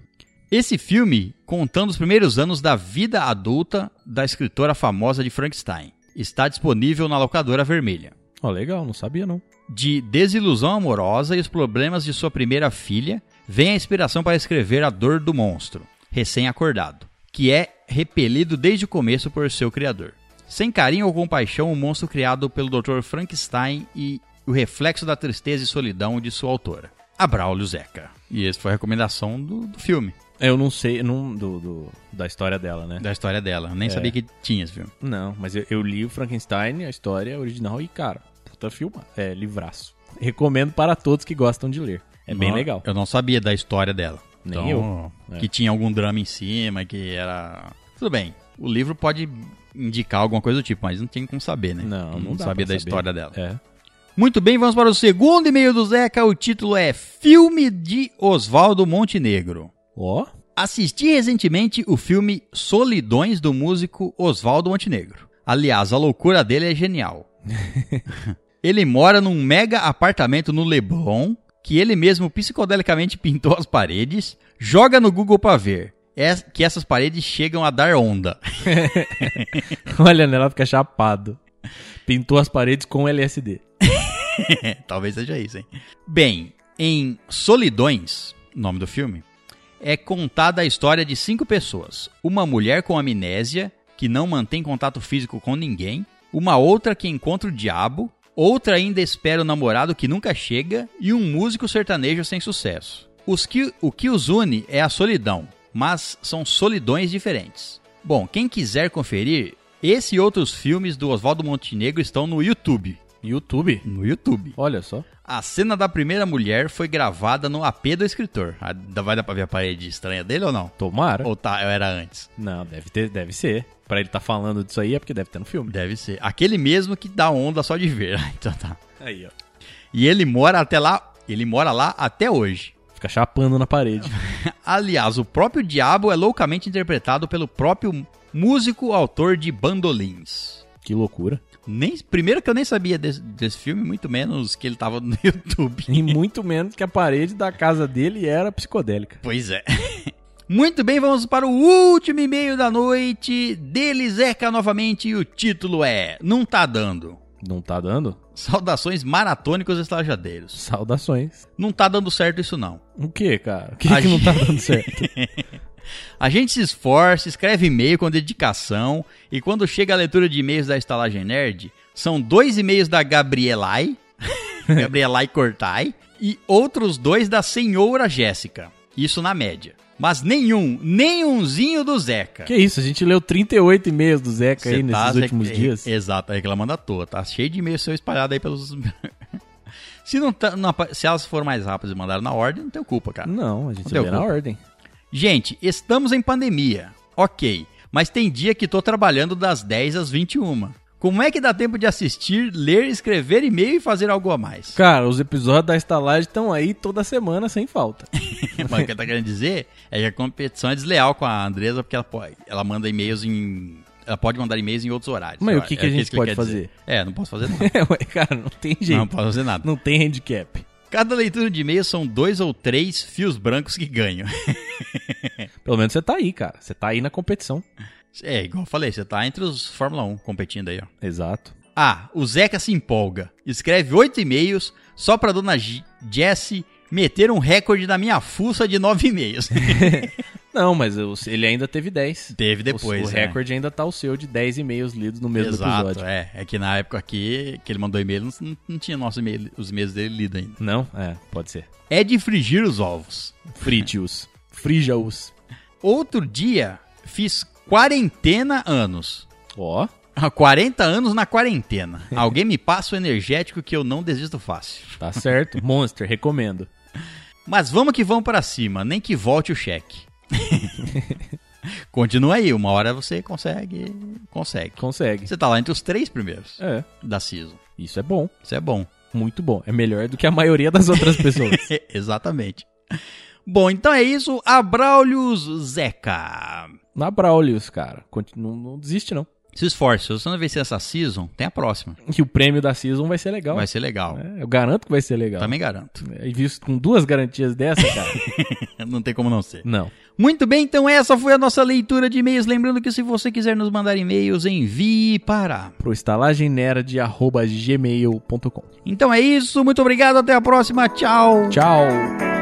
[SPEAKER 1] Esse filme contando os primeiros anos da vida adulta da escritora famosa de Frankenstein. Está disponível na locadora vermelha.
[SPEAKER 2] Ó, legal, não sabia não.
[SPEAKER 1] de desilusão amorosa e os problemas de sua primeira filha, vem a inspiração para escrever A Dor do Monstro, recém-acordado, que é repelido desde o começo por seu criador. Sem carinho ou compaixão, o monstro criado pelo Dr. Frankenstein e o reflexo da tristeza e solidão de sua autora, Abraulio Zeca. E essa foi a recomendação do, do filme,
[SPEAKER 2] É, Eu não sei não, do, do- da história dela, né?
[SPEAKER 1] da história dela. Eu Nem sabia que tinha esse filme.
[SPEAKER 2] Não, mas eu, eu li o Frankenstein, a história original e, cara, puta filma. É, livraço. Recomendo para todos que gostam de ler. É bem
[SPEAKER 1] Não,
[SPEAKER 2] legal.
[SPEAKER 1] Eu não sabia da história dela. Então,
[SPEAKER 2] Nem eu. É.
[SPEAKER 1] Que tinha algum drama em cima, que era. Tudo bem. O livro pode indicar alguma coisa do tipo, mas não tem como saber, né?
[SPEAKER 2] Não, não dá
[SPEAKER 1] sabia
[SPEAKER 2] pra
[SPEAKER 1] da
[SPEAKER 2] saber.
[SPEAKER 1] história dela.
[SPEAKER 2] É.
[SPEAKER 1] Muito bem, vamos para o segundo e-mail do Zeca. O título é Filme de Oswaldo Montenegro.
[SPEAKER 2] Ó,
[SPEAKER 1] Assisti recentemente o filme Solidões do músico Oswaldo Montenegro. Aliás, a loucura dele é genial. ele mora num mega apartamento no Leblon, que ele mesmo psicodelicamente pintou as paredes, joga no Google pra ver. é que essas paredes chegam a dar onda.
[SPEAKER 2] Olha, ela fica chapado. Pintou as paredes com LSD.
[SPEAKER 1] Talvez seja isso, hein? Bem, em Solidões, nome do filme, é contada a história de cinco pessoas: uma mulher com amnésia, que não mantém contato físico com ninguém, uma outra que encontra o diabo, outra ainda espera o namorado que nunca chega e um músico sertanejo sem sucesso. Os que, o que os une é a solidão, mas são solidões diferentes. Bom, quem quiser conferir, esse e outros filmes do Oswaldo Montenegro estão no YouTube.
[SPEAKER 2] YouTube?
[SPEAKER 1] No YouTube.
[SPEAKER 2] Olha só.
[SPEAKER 1] A cena da primeira mulher foi gravada no AP do escritor. Ah, dá- Vai dar pra ver a parede estranha dele ou não?
[SPEAKER 2] Tomara.
[SPEAKER 1] Ou tá, era antes?
[SPEAKER 2] Não, deve, ter, deve ser. Pra ele tá falando disso aí é porque deve ter no filme.
[SPEAKER 1] Deve ser. Aquele mesmo que dá onda só de ver. Então tá.
[SPEAKER 2] Aí, ó.
[SPEAKER 1] E ele mora até lá. Ele mora lá até hoje.
[SPEAKER 2] Fica chapando na parede.
[SPEAKER 1] Aliás, o próprio diabo é loucamente interpretado pelo próprio músico autor de bandolins.
[SPEAKER 2] que loucura.
[SPEAKER 1] Nem, primeiro que eu nem sabia desse, desse filme, muito menos que ele tava no YouTube.
[SPEAKER 2] E muito menos que a parede da casa dele era psicodélica.
[SPEAKER 1] Pois é. Muito bem, vamos para o último e-mail da noite. Dele Zeca novamente e o título é Não Tá Dando.
[SPEAKER 2] Não tá dando?
[SPEAKER 1] Saudações maratônicos estalajadeiros.
[SPEAKER 2] Saudações.
[SPEAKER 1] Não tá dando certo isso não.
[SPEAKER 2] O que, cara? O que,
[SPEAKER 1] A
[SPEAKER 2] que não tá dando certo?
[SPEAKER 1] A gente se esforça, escreve e-mail com dedicação e quando chega a leitura de e-mails da Estalagem Nerd, são dois e-mails da Gabrielai, Gabrielai Cortai, e outros dois da Senhora Jéssica. Isso na média. Mas nenhum, nenhumzinho do Zeca.
[SPEAKER 2] que isso? A gente leu 38 e-mails do Zeca aí
[SPEAKER 1] Você
[SPEAKER 2] nesses
[SPEAKER 1] tá rec-
[SPEAKER 2] últimos
[SPEAKER 1] re-
[SPEAKER 2] dias.
[SPEAKER 1] Exato, tá reclamando à toa. Tá cheio de e-mail seu espalhado aí pelos. se, não tá- não apa- se elas foram mais rápidas e mandaram na ordem, não tem culpa, cara.
[SPEAKER 2] Não, a gente
[SPEAKER 1] Não
[SPEAKER 2] lê
[SPEAKER 1] é. deu
[SPEAKER 2] na
[SPEAKER 1] culpa.
[SPEAKER 2] ordem.
[SPEAKER 1] Gente, estamos em pandemia. Ok, mas tem dia que tô trabalhando das 10 às 21. Como é que dá tempo de assistir, ler, escrever e-mail e fazer algo a mais?
[SPEAKER 2] Cara, os episódios da estalagem estão aí toda semana sem falta.
[SPEAKER 1] Mas o que ele tá querendo dizer é que a competição é desleal com a Andresa, porque ela, pode, ela manda e-mails em. Ela pode mandar e-mails em outros horários.
[SPEAKER 2] Mas
[SPEAKER 1] Eu-
[SPEAKER 2] o que que a
[SPEAKER 1] é
[SPEAKER 2] gente
[SPEAKER 1] isso
[SPEAKER 2] pode
[SPEAKER 1] ele quer dizer. É, não posso fazer nada.
[SPEAKER 2] É, ué, cara, não tem jeito.
[SPEAKER 1] não
[SPEAKER 2] Não,
[SPEAKER 1] posso fazer nada.
[SPEAKER 2] tem handicap.
[SPEAKER 1] Cada leitura de e-mail são dois ou três fios brancos que ganham.
[SPEAKER 2] Pelo menos você tá aí, cara. Você tá aí na competição.
[SPEAKER 1] É, igual eu falei, você tá entre os Fórmula 1 competindo aí, ó.
[SPEAKER 2] Exato.
[SPEAKER 1] Ah, o Zeca se empolga. Escreve oito e-mails só pra dona G- Jessie meter um recorde na minha fuça de nove e-mails.
[SPEAKER 2] Não, mas eu- ele ainda teve 10.
[SPEAKER 1] Teve
[SPEAKER 2] O-
[SPEAKER 1] depois,
[SPEAKER 2] O
[SPEAKER 1] né?
[SPEAKER 2] recorde ainda tá o seu de 10 e-mails lidos no mesmo
[SPEAKER 1] Exato,
[SPEAKER 2] episódio.
[SPEAKER 1] é. É que na época aqui que ele mandou e-mail, não, não tinha nosso e-mail, os e-mails dele lido ainda.
[SPEAKER 2] Não? É, pode ser.
[SPEAKER 1] É de frigir os ovos.
[SPEAKER 2] Fritius. Frija-os.
[SPEAKER 1] Outro dia, fiz quarentena anos.
[SPEAKER 2] Ó.
[SPEAKER 1] Há 40 anos na quarentena. Alguém me passa o energético que eu não desisto fácil.
[SPEAKER 2] Tá certo. Monster, recomendo.
[SPEAKER 1] Mas vamos que vamos pra cima, nem que volte o cheque. Continua aí, uma hora você consegue, consegue.
[SPEAKER 2] Consegue.
[SPEAKER 1] Você tá lá entre os três primeiros
[SPEAKER 2] É.
[SPEAKER 1] da season.
[SPEAKER 2] Isso é bom.
[SPEAKER 1] Isso é bom.
[SPEAKER 2] Muito bom. É melhor do que a maioria das outras pessoas.
[SPEAKER 1] É, Exatamente. Bom, então é isso. Abraulios Zeca.
[SPEAKER 2] na Braulius, cara. Continu- não desiste, não.
[SPEAKER 1] Se esforce, se você não vencer essa season, tem a próxima.
[SPEAKER 2] E o prêmio da Season vai ser legal.
[SPEAKER 1] Vai ser legal.
[SPEAKER 2] Então? É, eu garanto que vai ser legal. É,
[SPEAKER 1] Também garanto.
[SPEAKER 2] E visto com duas garantias dessa, cara.
[SPEAKER 1] Não tem como não ser.
[SPEAKER 2] não.
[SPEAKER 1] Muito bem, então essa foi a nossa leitura de e-mails. Lembrando que se você quiser nos mandar e-mails, envie para.
[SPEAKER 2] Pro estalagemnerd.gmail.com.
[SPEAKER 1] Então é isso, muito obrigado, até a próxima, tchau!
[SPEAKER 2] Tchau.